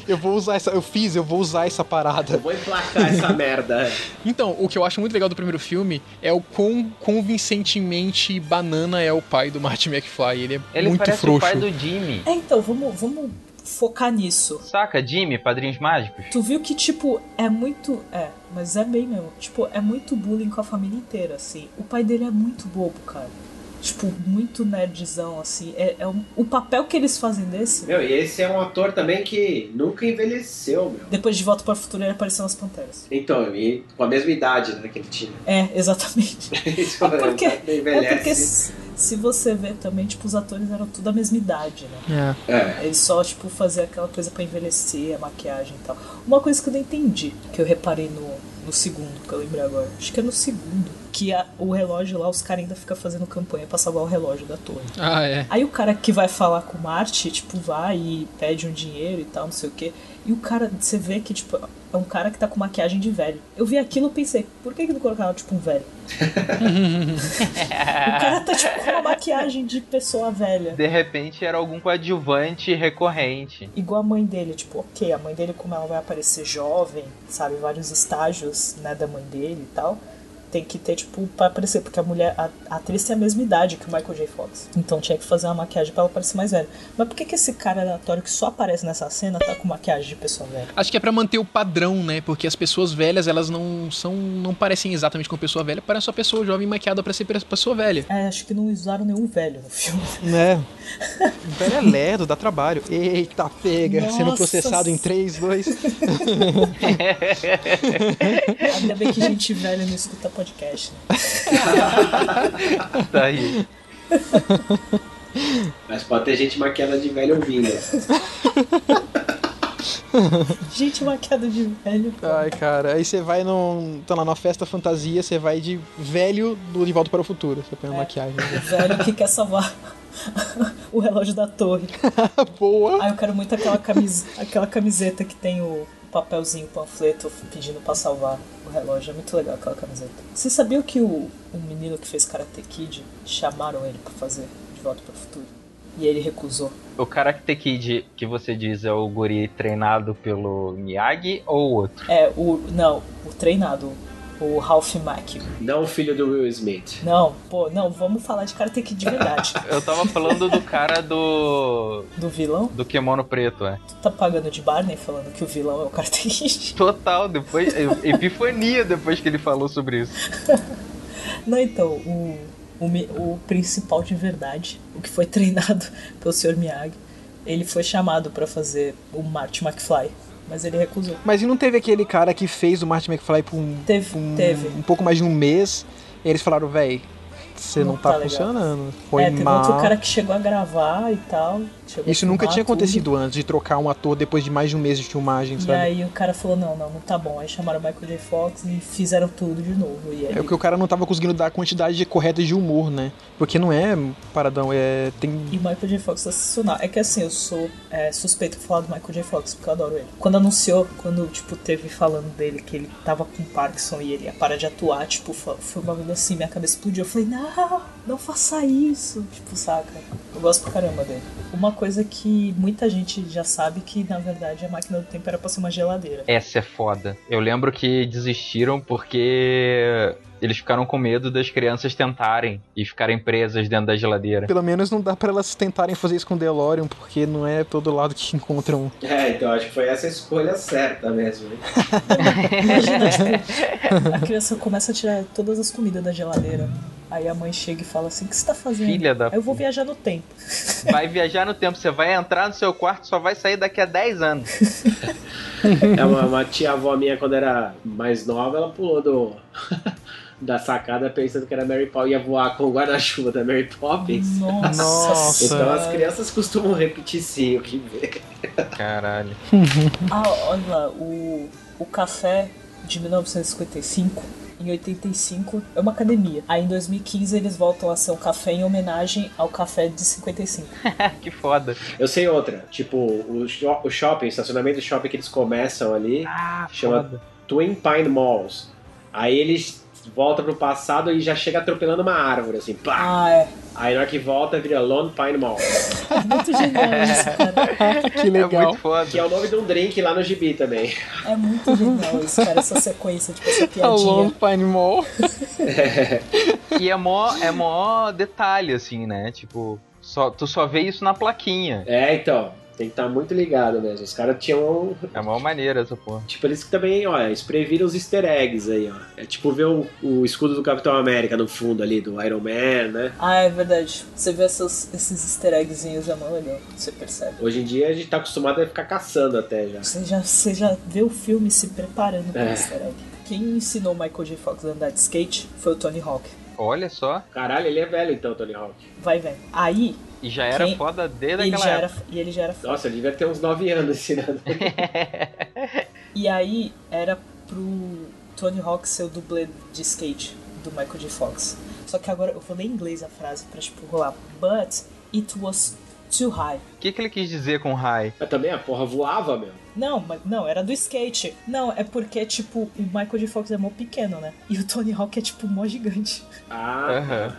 Speaker 12: Eu vou usar essa. Eu fiz, eu vou usar essa parada.
Speaker 5: Eu vou emplacar essa merda.
Speaker 2: Então, o que eu acho muito legal do primeiro filme é o quão convincentemente banana é o pai do Martin McFly. Ele é
Speaker 1: Ele
Speaker 2: muito
Speaker 1: parece
Speaker 2: frouxo.
Speaker 1: o pai do Jimmy.
Speaker 3: É, então, vamos, vamos focar nisso.
Speaker 1: Saca, Jimmy, Padrinhos Mágicos?
Speaker 3: Tu viu que, tipo, é muito. É, mas é bem mesmo. Tipo, é muito bullying com a família inteira, assim. O pai dele é muito bobo, cara. Tipo, muito nerdzão, assim. É, é um- o papel que eles fazem desse.
Speaker 5: Meu, e esse é um ator também que nunca envelheceu, meu.
Speaker 3: Depois de Volta para o Futuro, ele apareceu nas Panteras.
Speaker 5: Então, e com a mesma idade né, que ele tinha.
Speaker 3: É, exatamente.
Speaker 5: Isso é
Speaker 3: Porque,
Speaker 5: envelhece.
Speaker 3: é porque se, se você ver também, tipo, os atores eram tudo a mesma idade, né?
Speaker 5: É.
Speaker 3: Ele só, tipo, fazia aquela coisa pra envelhecer, a maquiagem e tal. Uma coisa que eu não entendi, que eu reparei no, no segundo, que eu lembrei agora. Acho que é no segundo. Que a- o relógio lá, os caras ainda ficam fazendo campanha pra salvar o relógio da torre.
Speaker 2: Ah, é.
Speaker 3: Aí o cara que vai falar com o Marte, tipo, vai e pede um dinheiro e tal, não sei o quê. E o cara, você vê que, tipo, é um cara que tá com maquiagem de velho. Eu vi aquilo e pensei, por que, que não colocaram, tipo, um velho? o cara tá, tipo, com uma maquiagem de pessoa velha.
Speaker 1: De repente era algum coadjuvante recorrente.
Speaker 3: Igual a mãe dele, tipo, ok, a mãe dele, como ela vai aparecer jovem, sabe, vários estágios, né, da mãe dele e tal, tem que ter, tipo, pra aparecer, porque a mulher, a, a atriz tem a mesma idade que o Michael J. Fox. Então tinha que fazer uma maquiagem pra ela parecer mais velha. Mas por que que esse cara aleatório que só aparece nessa cena tá com maquiagem de pessoa velha?
Speaker 2: Acho que é pra manter o padrão, né? Porque as pessoas velhas, elas não são. não parecem exatamente com pessoa velha, parecem só pessoa jovem maquiada pra ser pessoa velha.
Speaker 3: É, acho que não usaram nenhum velho no filme.
Speaker 12: Né? Velho é lerdo, dá trabalho. Eita, pega. Sendo
Speaker 3: Nossa.
Speaker 12: processado em 3, 2.
Speaker 3: Ainda bem que gente velha não escuta podcast, né?
Speaker 1: Tá aí.
Speaker 5: Mas pode ter gente maquiada de velho ouvindo.
Speaker 3: Gente maquiada de velho.
Speaker 2: Ah.
Speaker 12: Ai, cara. Aí você vai num. Tá lá numa festa fantasia, você vai de velho do De Volta para o Futuro. Você põe uma maquiagem.
Speaker 3: O velho que quer salvar o relógio da torre.
Speaker 12: Boa.
Speaker 3: Ah, eu quero muito aquela, camis... aquela camiseta que tem o papelzinho, o panfleto pedindo pra salvar o relógio. É muito legal aquela camiseta. Você sabia que o, o menino que fez Karate Kid chamaram ele pra fazer De Volta pro Futuro? E ele recusou.
Speaker 1: O Karate Kid que você diz é o guri treinado pelo Miyagi ou outro?
Speaker 3: É, o. Não, o treinado. o Ralph Macchio.
Speaker 5: Não o filho do Will Smith.
Speaker 3: Não, pô, não, vamos falar de Karate Kid de verdade.
Speaker 1: Eu tava falando do cara do.
Speaker 3: Do vilão?
Speaker 1: Do kimono preto, é.
Speaker 3: Tu tá pagando de Barney falando que o vilão é o Karate Kid?
Speaker 1: Total, depois. Epifania depois que ele falou sobre isso.
Speaker 3: Não, então, o, o, mi- o principal de verdade, o que foi treinado pelo Sr. Miyagi, ele foi chamado pra fazer o Marty McFly, mas ele recusou.
Speaker 12: Mas e não teve aquele cara que fez o Martin McFly por um,
Speaker 3: Teve,
Speaker 12: por um,
Speaker 3: teve.
Speaker 12: um pouco mais de um mês? E eles falaram, véi, você não,
Speaker 3: Não
Speaker 12: tá,
Speaker 3: tá legal."
Speaker 12: funcionando. Foi
Speaker 3: é, teve
Speaker 12: mal.
Speaker 3: outro cara que chegou a gravar e tal. chegou a
Speaker 12: Isso nunca
Speaker 3: filmar
Speaker 12: tinha
Speaker 3: tudo.
Speaker 12: acontecido antes, de trocar um ator depois de mais de um mês de filmagem,
Speaker 3: E
Speaker 12: sabe?
Speaker 3: aí o cara falou, não, não, não tá bom. Aí chamaram o Michael J. Fox e fizeram tudo de novo. E aí,
Speaker 12: É porque o cara não tava conseguindo dar a quantidade de- correta de humor, né? Porque não é paradão, é.
Speaker 3: E
Speaker 12: Tem.
Speaker 3: Michael J. Fox é sensacional. É que assim, eu sou é, suspeito por falar do Michael J. Fox, porque eu adoro ele. Quando anunciou, quando, tipo, teve falando dele que ele tava com Parkinson e ele ia parar de atuar, tipo, fa- foi uma bagulho assim, minha cabeça explodiu. Eu falei, não, não faça isso. Tipo, saca? Eu gosto pra caramba dele. Uma coisa que muita gente já sabe que, na verdade, a máquina do tempo era pra ser uma geladeira.
Speaker 1: Essa é foda. Eu lembro que desistiram porque eles ficaram com medo das crianças tentarem e ficarem presas dentro da geladeira.
Speaker 12: Pelo menos não dá pra elas tentarem fazer isso com o DeLorean, porque não é todo lado que encontram.
Speaker 5: É, então acho que foi essa a escolha certa mesmo. hein?
Speaker 3: A criança começa a tirar todas as comidas da geladeira. Aí a mãe chega e fala assim, o que você tá fazendo?
Speaker 1: Filha da
Speaker 3: Aí eu vou viajar no tempo.
Speaker 1: Vai viajar no tempo, você vai entrar no seu quarto, só vai sair daqui a 10 anos.
Speaker 5: É uma, uma tia avó minha, quando era mais nova, ela pulou do, da sacada pensando que era Mary Poppins, ia voar com o guarda-chuva da Mary Poppins.
Speaker 3: Nossa.
Speaker 12: Nossa.
Speaker 5: Então as crianças costumam repetir sim o que vê.
Speaker 1: Caralho.
Speaker 3: Ah, olha lá, o, o café de 1955, em 85, é uma academia. Aí em 2015 eles voltam a ser um café em homenagem ao café de 55.
Speaker 1: que foda.
Speaker 5: Eu sei outra, tipo, o, sho- o shopping, o estacionamento do shopping que eles começam ali, chama Twin Pine Malls. Aí eles voltam pro passado e já chega atropelando uma árvore, assim, pá!
Speaker 3: Ah, é.
Speaker 5: Aí na hora que volta vira Lone Pine Mall.
Speaker 3: Muito genial isso, cara.
Speaker 12: que legal.
Speaker 1: É muito foda.
Speaker 5: Que é o nome de um drink lá no Gibi também.
Speaker 3: É muito genial isso, cara, essa sequência, tipo, essa
Speaker 12: Alone
Speaker 3: piadinha.
Speaker 12: Pine Mall.
Speaker 1: E é mó, é mó detalhe, assim, né? Tipo, só, tu só vê isso na plaquinha.
Speaker 5: É, então, tem que estar muito ligado mesmo. Os caras tinham. um,
Speaker 1: É mó maneira essa porra.
Speaker 5: Tipo, eles que também, ó, eles previram os easter eggs aí, ó. É tipo ver o, o escudo do Capitão América no fundo ali, do Iron Man, né?
Speaker 3: Ah, é verdade. Você vê essas- esses easter eggzinhos, é mó legal, você percebe.
Speaker 5: Hoje em dia a gente tá acostumado a ficar caçando até já.
Speaker 3: Você já, você já vê o filme se preparando pra
Speaker 5: É.
Speaker 3: easter egg. Quem ensinou Michael J. Fox a andar de skate foi o Tony Hawk.
Speaker 1: Olha só.
Speaker 5: Caralho, ele é velho então, Tony Hawk.
Speaker 3: Vai vendo. Aí,
Speaker 1: E já era
Speaker 3: Quem-
Speaker 1: foda desde
Speaker 3: ele
Speaker 1: aquela
Speaker 3: já era,
Speaker 1: época.
Speaker 3: e ele já era foda.
Speaker 5: Nossa, ele devia ter uns 9 anos assim, né? ensinando.
Speaker 3: E aí era pro Tony Hawk ser o dublê de skate do Michael J. Fox. Só que agora eu vou ler em inglês a frase pra tipo rolar. But it was too high.
Speaker 1: O que, que ele quis dizer com high?
Speaker 5: Mas também a porra voava, meu.
Speaker 3: Não, mas não, era do skate. Não, é porque, tipo, o Michael J. Fox é mó pequeno, né? E o Tony Hawk é, tipo, mó gigante.
Speaker 5: Ah,
Speaker 1: Aham.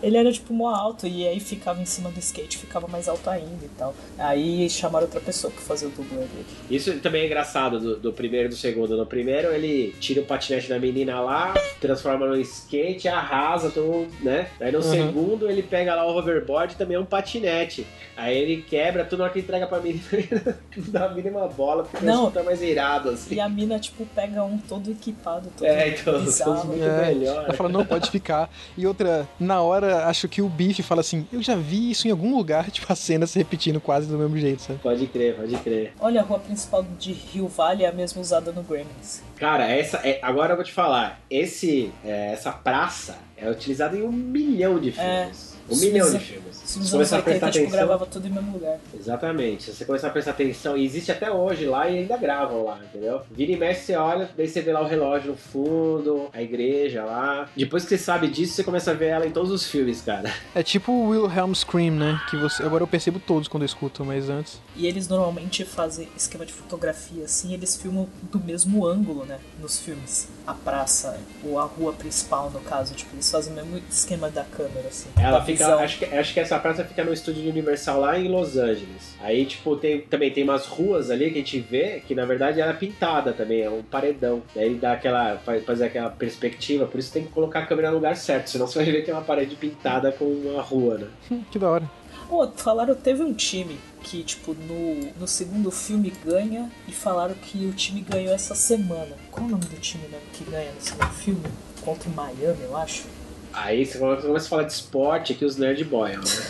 Speaker 3: Ele era, tipo, mó alto e aí ficava em cima do skate, ficava mais alto ainda e tal. Aí chamaram outra pessoa pra fazer o dublê dele.
Speaker 5: isso também é engraçado do, do primeiro e do segundo. No primeiro, ele tira o patinete da menina lá, transforma no skate, arrasa, todo, né? Aí no
Speaker 12: Uhum.
Speaker 5: segundo, ele pega lá o hoverboard, também é um patinete. Aí ele quebra tudo na hora que entrega pra menina, não dá a mínima bola, porque
Speaker 3: Não.
Speaker 5: não tá mais irado, assim.
Speaker 3: E a mina, tipo, pega um todo equipado, todo
Speaker 5: É, então, somos
Speaker 3: bizarro.
Speaker 5: muito
Speaker 12: É.
Speaker 5: melhor.
Speaker 12: Ela fala, não, pode ficar. E outra, na hora, acho que o Biff fala assim, eu já vi isso em algum lugar, tipo, a cena se repetindo quase do mesmo jeito, sabe?
Speaker 5: Pode crer, pode crer.
Speaker 3: Olha, a rua principal de Rio Vale é a mesma usada no Grammys.
Speaker 5: Cara, essa é- agora eu vou te falar. Esse, é, essa praça é utilizada em um milhão de filmes.
Speaker 3: É,
Speaker 5: um
Speaker 3: Os
Speaker 5: milhão
Speaker 3: filmes-
Speaker 5: de filmes.
Speaker 3: Os
Speaker 5: Se
Speaker 3: filmes
Speaker 5: você
Speaker 3: anos
Speaker 5: começar a prestar
Speaker 3: 80, tipo,
Speaker 5: atenção.
Speaker 3: gravava tudo no mesmo lugar.
Speaker 5: Exatamente. Se você começar a prestar atenção, e existe até hoje lá e ainda gravam lá, entendeu? Vira e mexe, você olha, daí você vê lá o relógio no fundo, a igreja lá. Depois que você sabe disso, você começa a ver ela em todos os filmes, cara.
Speaker 12: É tipo o Wilhelm Scream, né? Que você. Agora eu percebo todos quando eu escuto, mas antes.
Speaker 3: E eles normalmente fazem esquema de fotografia, assim, eles filmam do mesmo ângulo, Rio, né? Nos filmes. A praça, ou a rua principal, no caso. Tipo, eles fazem o mesmo esquema da câmera, assim.
Speaker 5: Ela
Speaker 3: da
Speaker 5: fica,
Speaker 3: visão.
Speaker 5: acho que, acho que essa praça fica no estúdio de Universal lá em Los Angeles. Aí, tipo, tem, também tem umas ruas ali que a gente vê que na verdade ela é pintada também, é um paredão. Daí dá aquela, faz, faz aquela perspectiva, por isso tem que colocar a câmera no lugar certo, senão você vai ver que é uma parede pintada com uma rua, né?
Speaker 12: hum, Que da hora.
Speaker 3: Pô, falaram, teve um time que, tipo, no, no segundo filme ganha e falaram que o time ganhou essa semana. Qual o nome do time mesmo que ganha no segundo filme? Contra o Miami, eu acho.
Speaker 5: Aí você começa começa a falar de esporte que os nerd boiam, né?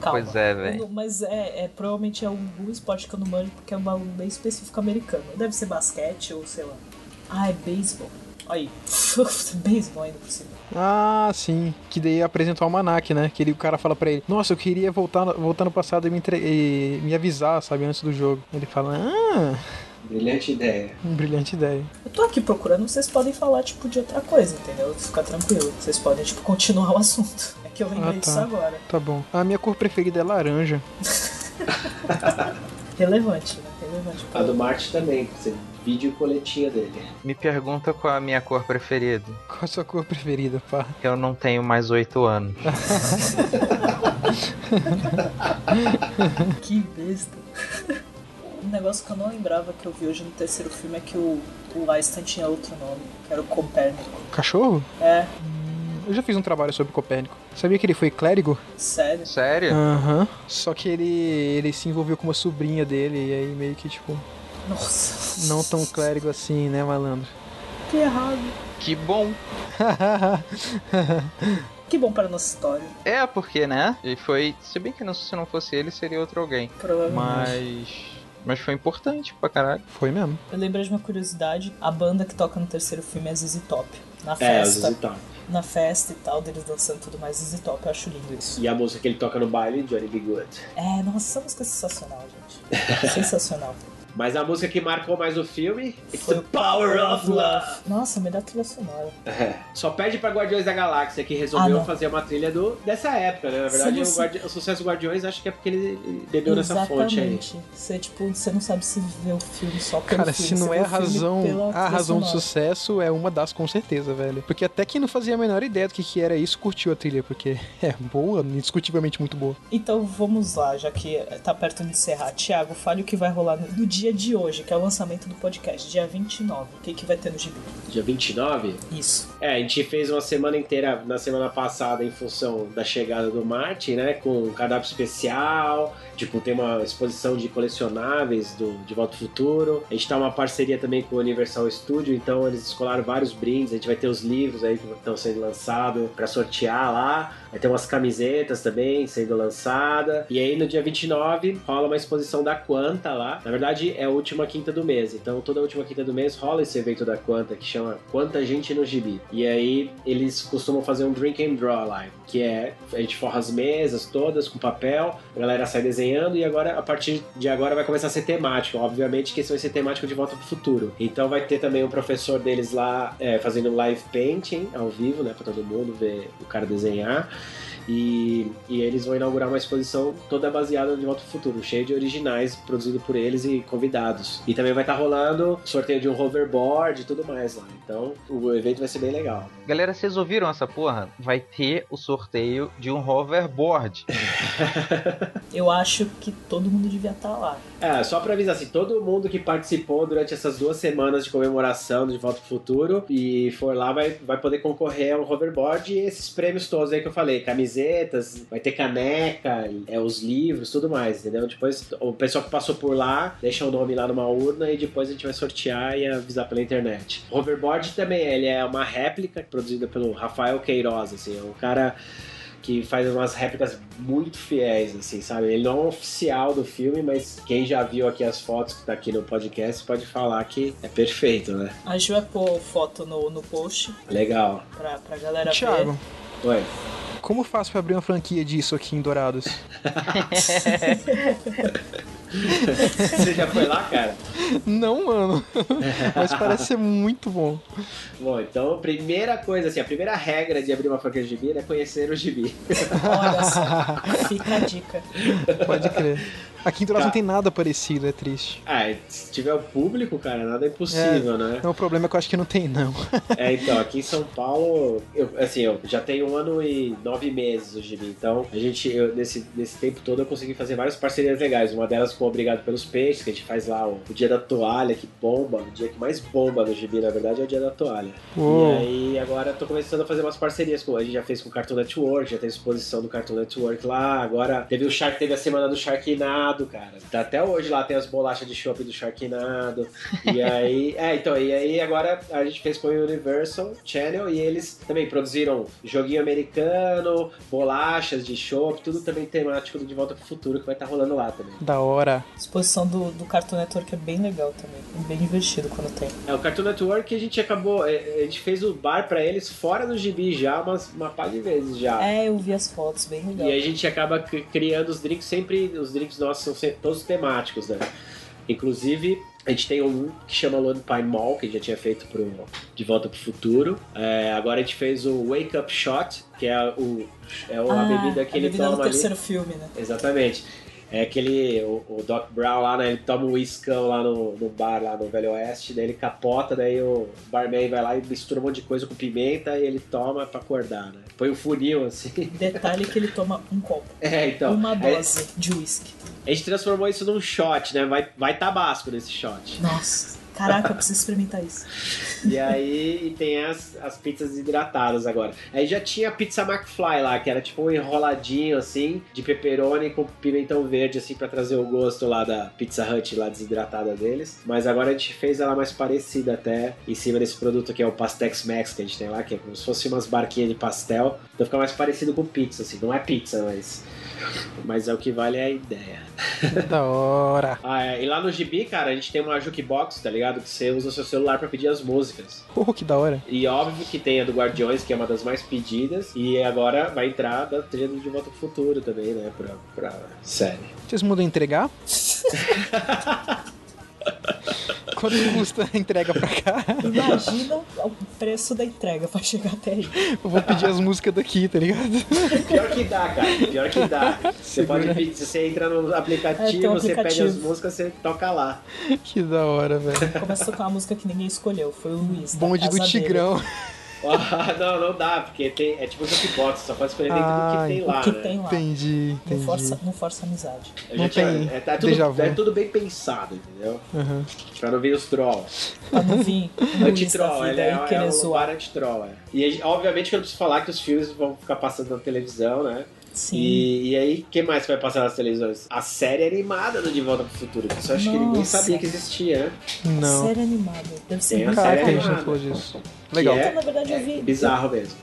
Speaker 3: Calma.
Speaker 1: Pois é,
Speaker 3: Eu não-
Speaker 1: velho.
Speaker 3: Mas é, é, provavelmente é um, um esporte que eu não manjo porque é um bagulho bem específico americano. Deve ser basquete ou sei lá. Ah, é beisebol. Aí, beisebol ainda por cima.
Speaker 12: Ah, sim. Que daí apresentou o Almanac, né? Que ele, o cara fala pra ele, nossa, eu queria voltar, no- voltar no passado e me, entre- e me avisar, sabe, antes do jogo. Ele fala, ah,
Speaker 5: Brilhante ideia.
Speaker 12: brilhante ideia.
Speaker 3: Eu tô aqui procurando, vocês podem falar, tipo, de outra coisa, entendeu? Fica tranquilo. Vocês podem, tipo, continuar o assunto. É que eu lembrei
Speaker 12: Ah, tá.
Speaker 3: disso agora.
Speaker 12: Tá bom. A minha cor preferida é laranja.
Speaker 3: Relevante, né? Relevante.
Speaker 12: Tá.
Speaker 5: A do Marte também, você vídeo coletinha dele.
Speaker 1: Me pergunta qual é a minha cor preferida.
Speaker 12: Qual a sua cor preferida, pá?
Speaker 1: Eu não tenho mais oito anos.
Speaker 3: que besta. Um negócio que eu não lembrava que eu vi hoje no terceiro filme é que o, o Einstein tinha outro nome, que era o Copérnico.
Speaker 12: Cachorro?
Speaker 3: É,
Speaker 12: Eu já fiz um trabalho sobre Copérnico. Sabia que ele foi clérigo?
Speaker 3: sério.
Speaker 1: Sério?
Speaker 12: Aham. Só que ele, ele se envolveu com uma sobrinha dele e aí meio que, tipo,
Speaker 3: Nossa,
Speaker 12: não tão clérigo assim, né, malandro?
Speaker 3: que errado.
Speaker 1: Que bom.
Speaker 3: Que bom para a nossa história,
Speaker 1: É, porque, né? Ele foi. Se bem que não, se não fosse ele, seria outro alguém.
Speaker 3: provavelmente.
Speaker 1: Mas. Mas foi importante pra caralho.
Speaker 12: Foi mesmo.
Speaker 3: Eu lembrei de uma curiosidade, a banda que toca no terceiro filme é ZZ Top. Na
Speaker 5: É,
Speaker 3: festa.
Speaker 5: os Top.
Speaker 3: na festa e tal, deles dançando e tudo mais, ZZ Top, eu acho lindo isso.
Speaker 5: E a música que ele toca no baile, Johnny B. Good.
Speaker 3: É, nossa, essa música é sensacional, gente. sensacional.
Speaker 5: Mas a música que marcou mais o filme It's the Power of Love.
Speaker 3: Nossa, melhor trilha sonora.
Speaker 5: É. Só pede pra Guardiões da Galáxia, que resolveu
Speaker 3: Ah, não.
Speaker 5: fazer uma trilha do, dessa época, né? Na
Speaker 3: Sim,
Speaker 5: verdade, o,
Speaker 3: sim.
Speaker 5: Guardi- o sucesso do Guardiões acho que é porque ele, ele bebeu nessa fonte aí.
Speaker 3: Exatamente. Você, tipo, você não sabe se vê o filme só pelo
Speaker 12: Cara,
Speaker 3: filme,
Speaker 12: se não
Speaker 3: você vê
Speaker 12: é a
Speaker 3: o filme pela
Speaker 12: razão, a
Speaker 3: trilha
Speaker 12: razão do
Speaker 3: sonora.
Speaker 12: sucesso é uma das com certeza, velho. Porque até quem não fazia a menor ideia do que, que era isso curtiu a trilha, porque é boa, indiscutivelmente muito boa.
Speaker 3: Então vamos lá, já que tá perto de encerrar. Tiago, fale o que vai rolar no no dia de hoje, que é o lançamento do podcast, dia 29. O que, que vai ter no gibi?
Speaker 5: Dia 29?
Speaker 3: Isso.
Speaker 5: É, a gente fez uma semana inteira na semana passada em função da chegada do Martin, né? Com um cardápio especial, tipo, tem uma exposição de colecionáveis do De Volta ao Futuro. A gente tá uma parceria também com o Universal Studio, então eles descolaram vários brindes, a gente vai ter os livros aí que estão sendo lançados pra sortear lá. Vai ter umas camisetas também sendo lançada. E aí no dia 29 rola uma exposição da Quanta lá. Na verdade é a última quinta do mês. Então toda última quinta do mês rola esse evento da Quanta que chama Quanta Gente no Gibi. E aí eles costumam fazer um drink and draw lá, que é a gente forra as mesas todas com papel, a galera sai desenhando e agora a partir de agora vai começar a ser temático. Obviamente que esse vai ser temático de volta pro futuro. Então vai ter também um professor deles lá é, fazendo live painting ao vivo, né, para todo mundo ver o cara desenhar. E, e eles vão inaugurar uma exposição toda baseada no Volta ao Futuro, cheia de originais produzido por eles e convidados. E também vai estar rolando sorteio de um hoverboard e tudo mais lá. Então o evento vai ser bem legal.
Speaker 1: Galera, vocês ouviram essa porra? Vai ter o sorteio de um hoverboard.
Speaker 3: Eu acho que todo mundo devia estar lá.
Speaker 5: É, só pra avisar assim, todo mundo que participou durante essas duas semanas de comemoração do de Volta ao Futuro e for lá vai, vai poder concorrer a um hoverboard e esses prêmios todos aí que eu falei, camisetas, vai ter caneca, é, os livros, tudo mais, entendeu? Depois o pessoal que passou por lá deixa o nome lá numa urna e depois a gente vai sortear e avisar pela internet. O hoverboard também, ele é uma réplica produzida pelo Rafael Queiroz, assim, é um cara que faz umas réplicas muito fiéis, assim, sabe? Ele não é um oficial do filme, mas quem já viu aqui as fotos que tá aqui no podcast pode falar que é perfeito, né?
Speaker 3: A Ju vai pôr foto no, no post
Speaker 5: Legal.
Speaker 3: pra, pra galera
Speaker 12: Thiago,
Speaker 5: Oi.
Speaker 12: como faço pra abrir uma franquia disso aqui em Dourados?
Speaker 5: Você já foi lá, cara?
Speaker 12: não, mano. Mas parece ser muito bom.
Speaker 5: Bom, então a primeira coisa, assim, a primeira regra de abrir uma franquia de gibi é conhecer o gibi.
Speaker 3: ver. Olha só, fica a dica.
Speaker 12: Pode crer. Aqui em Dourados
Speaker 3: Tá.
Speaker 12: não tem nada parecido, é triste.
Speaker 5: Ah, se tiver o público, cara, nada é impossível, né?
Speaker 12: Não, o problema é que eu acho que não tem, não.
Speaker 5: É, então, aqui em São Paulo, eu, assim, eu já tenho um ano e nove meses hoje em dia. Então, a gente, eu, nesse, nesse tempo todo, eu consegui fazer várias parcerias legais. Uma delas com o Obrigado pelos Peixes, que a gente faz lá o, o dia da toalha, que bomba. O dia que mais bomba no gibi, na verdade, é o dia da toalha.
Speaker 12: Uou.
Speaker 5: E aí, agora, eu tô começando a fazer umas parcerias. Com, a gente já fez com o Cartoon Network, já teve exposição do Cartoon Network lá. Agora, teve o Shark, teve a semana do Sharknado, cara. Tá até hoje lá, tem as bolachas de shopping do Sharknado. E aí, é, então, e aí agora a gente fez com o Universal Channel e eles também produziram joguinho americano, bolachas de chopp, tudo também temático do De Volta pro Futuro que vai estar rolando lá também.
Speaker 12: Da hora.
Speaker 3: A exposição do, do Cartoon Network é bem legal também. É bem divertido quando tem.
Speaker 5: É, o Cartoon Network a gente acabou, é, a gente fez o bar pra eles fora do gibi já, mas uma par de vezes já.
Speaker 3: É, eu vi as fotos, bem legal.
Speaker 5: Ah. E a gente acaba cri- criando os drinks sempre, os drinks nossos são sempre, todos temáticos, né? Inclusive, a gente tem um que chama Lone Pine Mall, que a gente já tinha feito pro De Volta pro Futuro. É, agora a gente fez o Wake Up Shot, que é, o, é o- a
Speaker 3: Ah,
Speaker 5: bebida que
Speaker 3: a
Speaker 5: ele
Speaker 3: bebida
Speaker 5: toma
Speaker 3: do
Speaker 5: ali.
Speaker 3: terceiro filme, né?
Speaker 5: Exatamente. É aquele. O, o Doc Brown lá, né? Ele toma um whiskão lá no, no bar, lá no Velho Oeste, daí ele capota, daí o barman vai lá e mistura um monte de coisa com pimenta e ele toma pra acordar, né? Põe o funil assim.
Speaker 3: Detalhe que ele toma um copo.
Speaker 5: É, então.
Speaker 3: Uma
Speaker 5: Aí-
Speaker 3: dose de uísque.
Speaker 5: A gente transformou isso num shot, né? Vai, vai tabasco nesse shot.
Speaker 3: Nossa. Caraca, eu preciso experimentar isso.
Speaker 5: E aí e tem as, as pizzas hidratadas agora. Aí já tinha a pizza McFly lá, que era tipo um enroladinho assim, de pepperoni com pimentão verde, assim, pra trazer o gosto lá da Pizza Hut lá desidratada deles. Mas agora a gente fez ela mais parecida até, em cima desse produto que é o Pastex Max que a gente tem lá, que é como se fosse umas barquinhas de pastel. Então fica mais parecido com pizza, assim. Não é pizza, mas. Mas é o que vale a ideia.
Speaker 12: da hora.
Speaker 5: Ah, é, E lá no Gibi, cara, a gente tem uma jukebox, tá ligado? Que você usa o seu celular pra pedir as músicas.
Speaker 12: Oh, que da hora.
Speaker 5: E óbvio que tem a do Guardiões, que é uma das mais pedidas. E agora vai entrar da trilha do De Volta pro Futuro também, né? Pra, pra série.
Speaker 12: Vocês mandam entregar? Quanto custa a entrega pra cá?
Speaker 3: Imagina o preço da entrega pra chegar até aí.
Speaker 12: Eu vou pedir as músicas daqui, tá ligado?
Speaker 5: Pior que dá, cara. Pior que dá. Você pode pedir, você entra no
Speaker 3: É,
Speaker 5: aplicativo,
Speaker 3: tem um
Speaker 5: você pede
Speaker 3: aplicativo.
Speaker 5: as músicas, você toca lá.
Speaker 12: Que da hora, velho.
Speaker 3: Começa a tocar uma música que ninguém escolheu. Foi o Luiz. da
Speaker 12: Bonde do
Speaker 3: casa dele.
Speaker 12: Tigrão.
Speaker 5: Ah, não, não dá, porque tem, é tipo jukebox, só pode escolher dentro do que tem lá,
Speaker 3: o que
Speaker 5: né?
Speaker 3: tem lá.
Speaker 12: Entendi,
Speaker 3: Não
Speaker 12: entendi.
Speaker 3: força, não força a amizade.
Speaker 5: Eu
Speaker 12: Não
Speaker 5: já tinha-
Speaker 12: tem
Speaker 5: é, tá
Speaker 12: déjà
Speaker 5: tudo,
Speaker 12: vu.
Speaker 5: é tudo bem pensado, entendeu?
Speaker 12: Aham.
Speaker 5: Pra não vir os trolls.
Speaker 3: Pra não vir o Luiz da
Speaker 5: Antitroll,
Speaker 3: vida
Speaker 5: ele
Speaker 3: aí
Speaker 5: é, é,
Speaker 3: querer
Speaker 5: um
Speaker 3: zoar.
Speaker 5: lugar antitroll, é. E a gente- obviamente que eu não preciso falar que os filmes vão ficar passando na televisão, né?
Speaker 3: Sim.
Speaker 5: E, e aí, o que mais vai passar nas televisões? A série animada do De Volta pro Futuro, que eu acho que ninguém
Speaker 3: Nossa.
Speaker 5: sabia que existia, né?
Speaker 12: Não.
Speaker 3: Série animada. Deve ser
Speaker 5: Tem a
Speaker 3: muito
Speaker 5: série
Speaker 1: Caraca,
Speaker 12: A gente
Speaker 5: animada.
Speaker 12: não falou disso.
Speaker 5: que
Speaker 1: Legal.
Speaker 5: é
Speaker 3: Então, na verdade, eu vi.
Speaker 5: bizarro mesmo.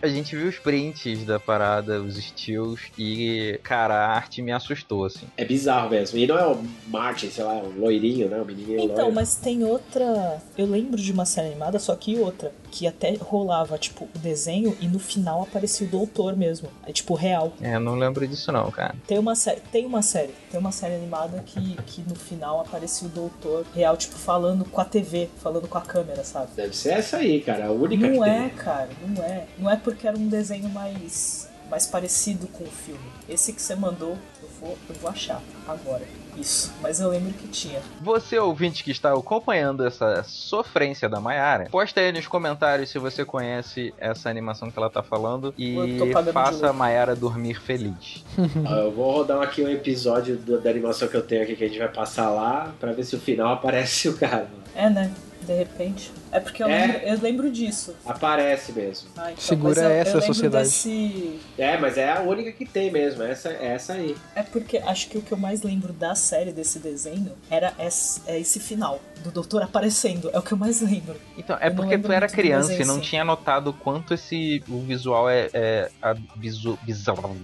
Speaker 1: A gente viu os prints da parada, os estilos, e, cara, a arte me assustou, assim.
Speaker 5: É bizarro mesmo. E não é o Martin, sei lá, é um loirinho, né? O menino
Speaker 3: Então,
Speaker 5: loiro.
Speaker 3: mas tem outra. Eu lembro de uma série animada, só que outra. Que até rolava, tipo, o desenho e no final aparecia o doutor mesmo. É tipo real.
Speaker 1: É, não lembro disso não, cara.
Speaker 3: Tem uma série. Tem uma série. Tem uma série animada que, que no final aparecia o doutor real, tipo, falando com a TV, falando com a câmera, sabe?
Speaker 5: Deve ser essa aí, cara. A única que
Speaker 3: Não é,
Speaker 5: tem.
Speaker 3: cara, não é. Não é porque era um desenho mais, mais parecido com o filme. Esse que você mandou, eu vou, eu vou achar agora. Isso, mas eu lembro que tinha.
Speaker 1: Você, ouvinte que está acompanhando essa sofrência da Mayara, posta aí nos comentários se você conhece essa animação que ela tá falando
Speaker 3: Eu tô
Speaker 1: e
Speaker 3: pagando de
Speaker 1: faça a
Speaker 3: louco.
Speaker 1: Mayara dormir feliz.
Speaker 5: Ah, Eu vou rodar aqui um episódio do- da animação que eu tenho aqui que a gente vai passar lá pra ver se o final aparece o cara.
Speaker 3: É, né? De repente. É porque eu,
Speaker 5: É.
Speaker 3: Lembro, eu lembro disso.
Speaker 5: Aparece mesmo.
Speaker 3: Ah, então,
Speaker 12: Segura
Speaker 3: mas eu-
Speaker 12: essa,
Speaker 3: eu lembro
Speaker 12: sociedade.
Speaker 3: desse-
Speaker 5: É, mas é a única que tem mesmo, essa, essa aí.
Speaker 3: É porque acho que o que eu mais lembro da série desse desenho era esse, é esse final do doutor aparecendo. É o que eu mais lembro.
Speaker 1: Então, é
Speaker 3: Eu não
Speaker 1: porque
Speaker 3: lembro
Speaker 1: tu era
Speaker 3: muito do
Speaker 1: criança
Speaker 3: desenho,
Speaker 1: e não
Speaker 3: sim.
Speaker 1: tinha notado o quanto esse o visual é, é abisu- bizarro.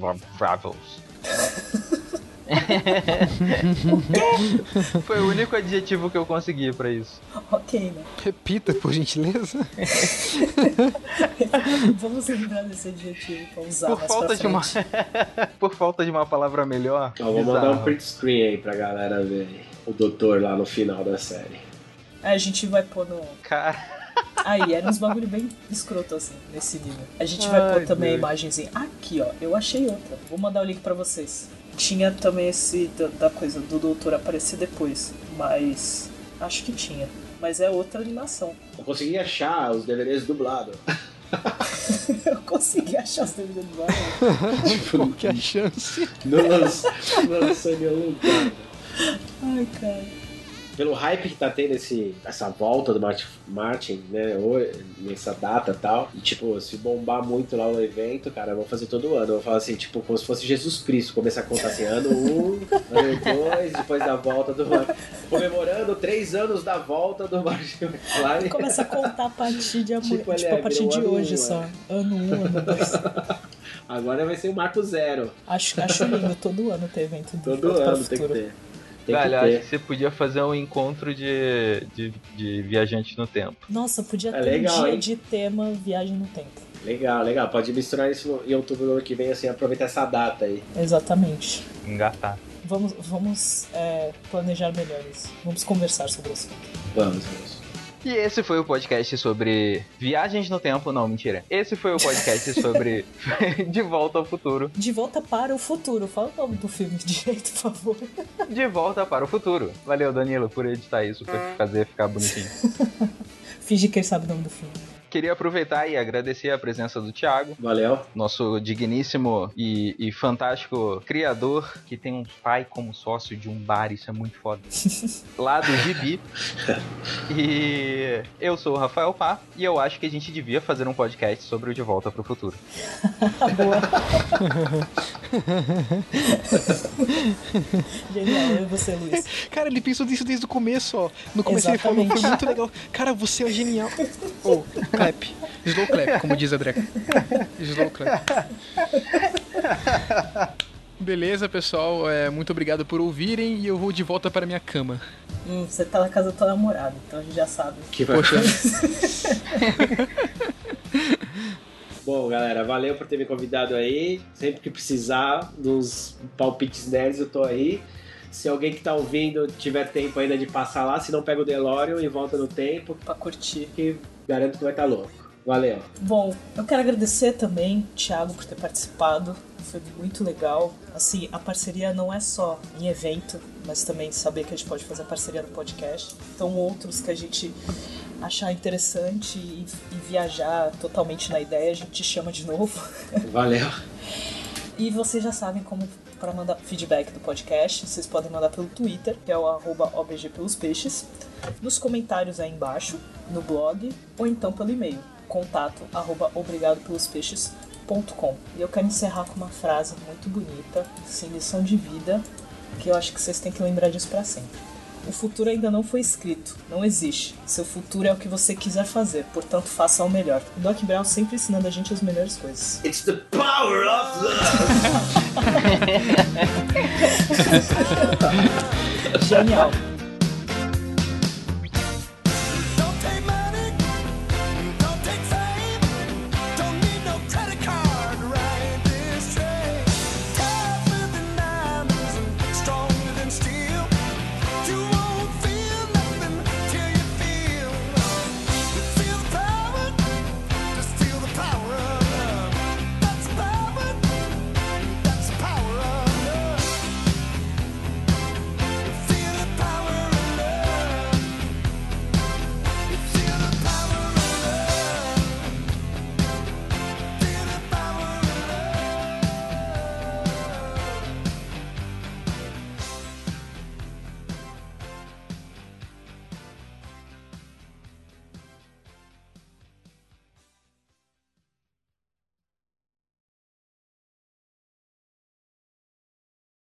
Speaker 1: Foi o único adjetivo que eu consegui pra isso.
Speaker 3: Ok, né?
Speaker 12: Repita, por gentileza.
Speaker 3: Vamos lembrar desse adjetivo pra usar
Speaker 1: Por
Speaker 3: mais
Speaker 1: falta
Speaker 3: pra
Speaker 1: de uma
Speaker 3: frente.
Speaker 1: Por falta de uma palavra melhor.
Speaker 5: Ó, vou mandar um
Speaker 1: bizarro.
Speaker 5: print screen aí pra galera ver o doutor lá no final da série.
Speaker 3: É, a gente vai pôr no.
Speaker 1: Cara,
Speaker 3: Aí, era uns bagulho bem escroto, assim, nesse livro. A gente vai
Speaker 1: Ai,
Speaker 3: pôr também a
Speaker 1: Deus.
Speaker 3: imagenzinha. Aqui, ó, eu achei outra. Vou mandar o link pra vocês. tinha também esse da, da coisa do doutor aparecer depois, mas acho que tinha. Mas é outra animação.
Speaker 5: Eu consegui achar os DVDs dublados.
Speaker 3: Eu consegui achar os DVDs do Mario.
Speaker 12: Qual que é a chance?
Speaker 5: Não lançou não lançou em nenhum lugar.
Speaker 3: Ai, cara.
Speaker 5: Pelo hype que tá tendo esse, essa volta do Mart- Martin, né? hoje, Nessa data e tal. E, tipo, se bombar muito lá o evento, cara, eu vou fazer todo ano. Eu vou falar assim, tipo, como se fosse Jesus Cristo. Começar a contar assim, ano 1, um, ano 2, depois da volta do Martin. Comemorando três anos da volta do Martin McFly.
Speaker 3: Começa a contar a partir de amanhã.
Speaker 5: Tipo,
Speaker 3: Tipo,
Speaker 5: ele
Speaker 3: a partir
Speaker 5: abriu
Speaker 3: de
Speaker 5: ano
Speaker 3: hoje
Speaker 5: um,
Speaker 3: só.
Speaker 5: né?
Speaker 3: Ano 1, um, ano 2.
Speaker 5: Agora vai ser o Marco Zero.
Speaker 3: Acho, acho lindo, todo ano ter evento do
Speaker 5: Todo
Speaker 3: Volta para o
Speaker 5: ano tem que
Speaker 3: Futuro.
Speaker 5: ter. Tem que
Speaker 1: Velho, acho
Speaker 5: ter.
Speaker 1: que você podia fazer um encontro de, de, de viajantes no tempo.
Speaker 3: Nossa, podia
Speaker 5: É
Speaker 3: ter
Speaker 5: legal,
Speaker 3: um dia
Speaker 5: hein?
Speaker 3: de tema Viagem no Tempo.
Speaker 5: Legal, legal. Pode misturar isso no- em outubro do ano que vem, assim, aproveitar essa data aí.
Speaker 3: Exatamente.
Speaker 1: Engatar.
Speaker 3: Vamos, vamos é, planejar melhor isso. Vamos conversar sobre isso.
Speaker 5: Vamos, vamos.
Speaker 1: E esse foi o podcast sobre viagens no tempo. Não, mentira. Esse foi o podcast sobre De Volta ao Futuro.
Speaker 3: De volta para o futuro. Fala o nome do filme direito, por favor.
Speaker 1: De Volta para o Futuro. Valeu, Danilo, por editar isso, por fazer ficar bonitinho.
Speaker 3: Finge que ele sabe o nome do filme.
Speaker 1: Queria aproveitar e agradecer a presença do Thiago.
Speaker 5: Valeu.
Speaker 1: Nosso digníssimo e, e fantástico criador, que tem um pai como sócio de um bar, isso é muito foda. Lá do Gibi. E eu sou o Rafael Pá, e eu acho que a gente devia fazer um podcast sobre o De Volta para o Futuro.
Speaker 3: Genial, eu e você, Luiz.
Speaker 12: Cara, ele pensou nisso desde o começo, ó. No começo ele falou, foi
Speaker 3: Exatamente.
Speaker 12: muito legal. Cara, você é genial. Ou, clap.
Speaker 2: Slow clap, como diz a Dreca. Slow clap. Beleza, pessoal. É, muito obrigado por ouvirem e eu vou de volta para minha cama.
Speaker 3: Hum, você tá na casa da tua namorada, então a gente já sabe.
Speaker 5: Que
Speaker 2: Poxa.
Speaker 5: Bom, galera, valeu por ter me convidado aí. Sempre que precisar dos palpites nerds, eu tô aí. Se alguém que tá ouvindo tiver tempo ainda de passar lá, se não pega o DeLorean e volta no tempo.
Speaker 3: Pra curtir.
Speaker 5: Que garanto que vai estar louco. Valeu.
Speaker 3: Bom, eu quero agradecer também, Thiago, por ter participado. Foi muito legal. Assim, a parceria não é só em evento, mas também saber que a gente pode fazer a parceria no podcast. Então, outros que a gente achar interessante e, e viajar totalmente na ideia, a gente te chama de novo.
Speaker 5: Valeu.
Speaker 3: E vocês já sabem como para mandar feedback do podcast. Vocês podem mandar pelo Twitter, que é o arroba OBG pelos peixes, nos comentários aí embaixo, no blog, ou então pelo e-mail, contato arroba obrigadopelospeixes.com. E eu quero encerrar com uma frase muito bonita, sem lição de vida, que eu acho que vocês têm que lembrar disso para sempre. O futuro ainda não foi escrito, não existe. Seu futuro é o que você quiser fazer, portanto faça o melhor. O Doc Brown sempre ensinando a gente as melhores coisas.
Speaker 5: It's the power of love!
Speaker 3: Genial!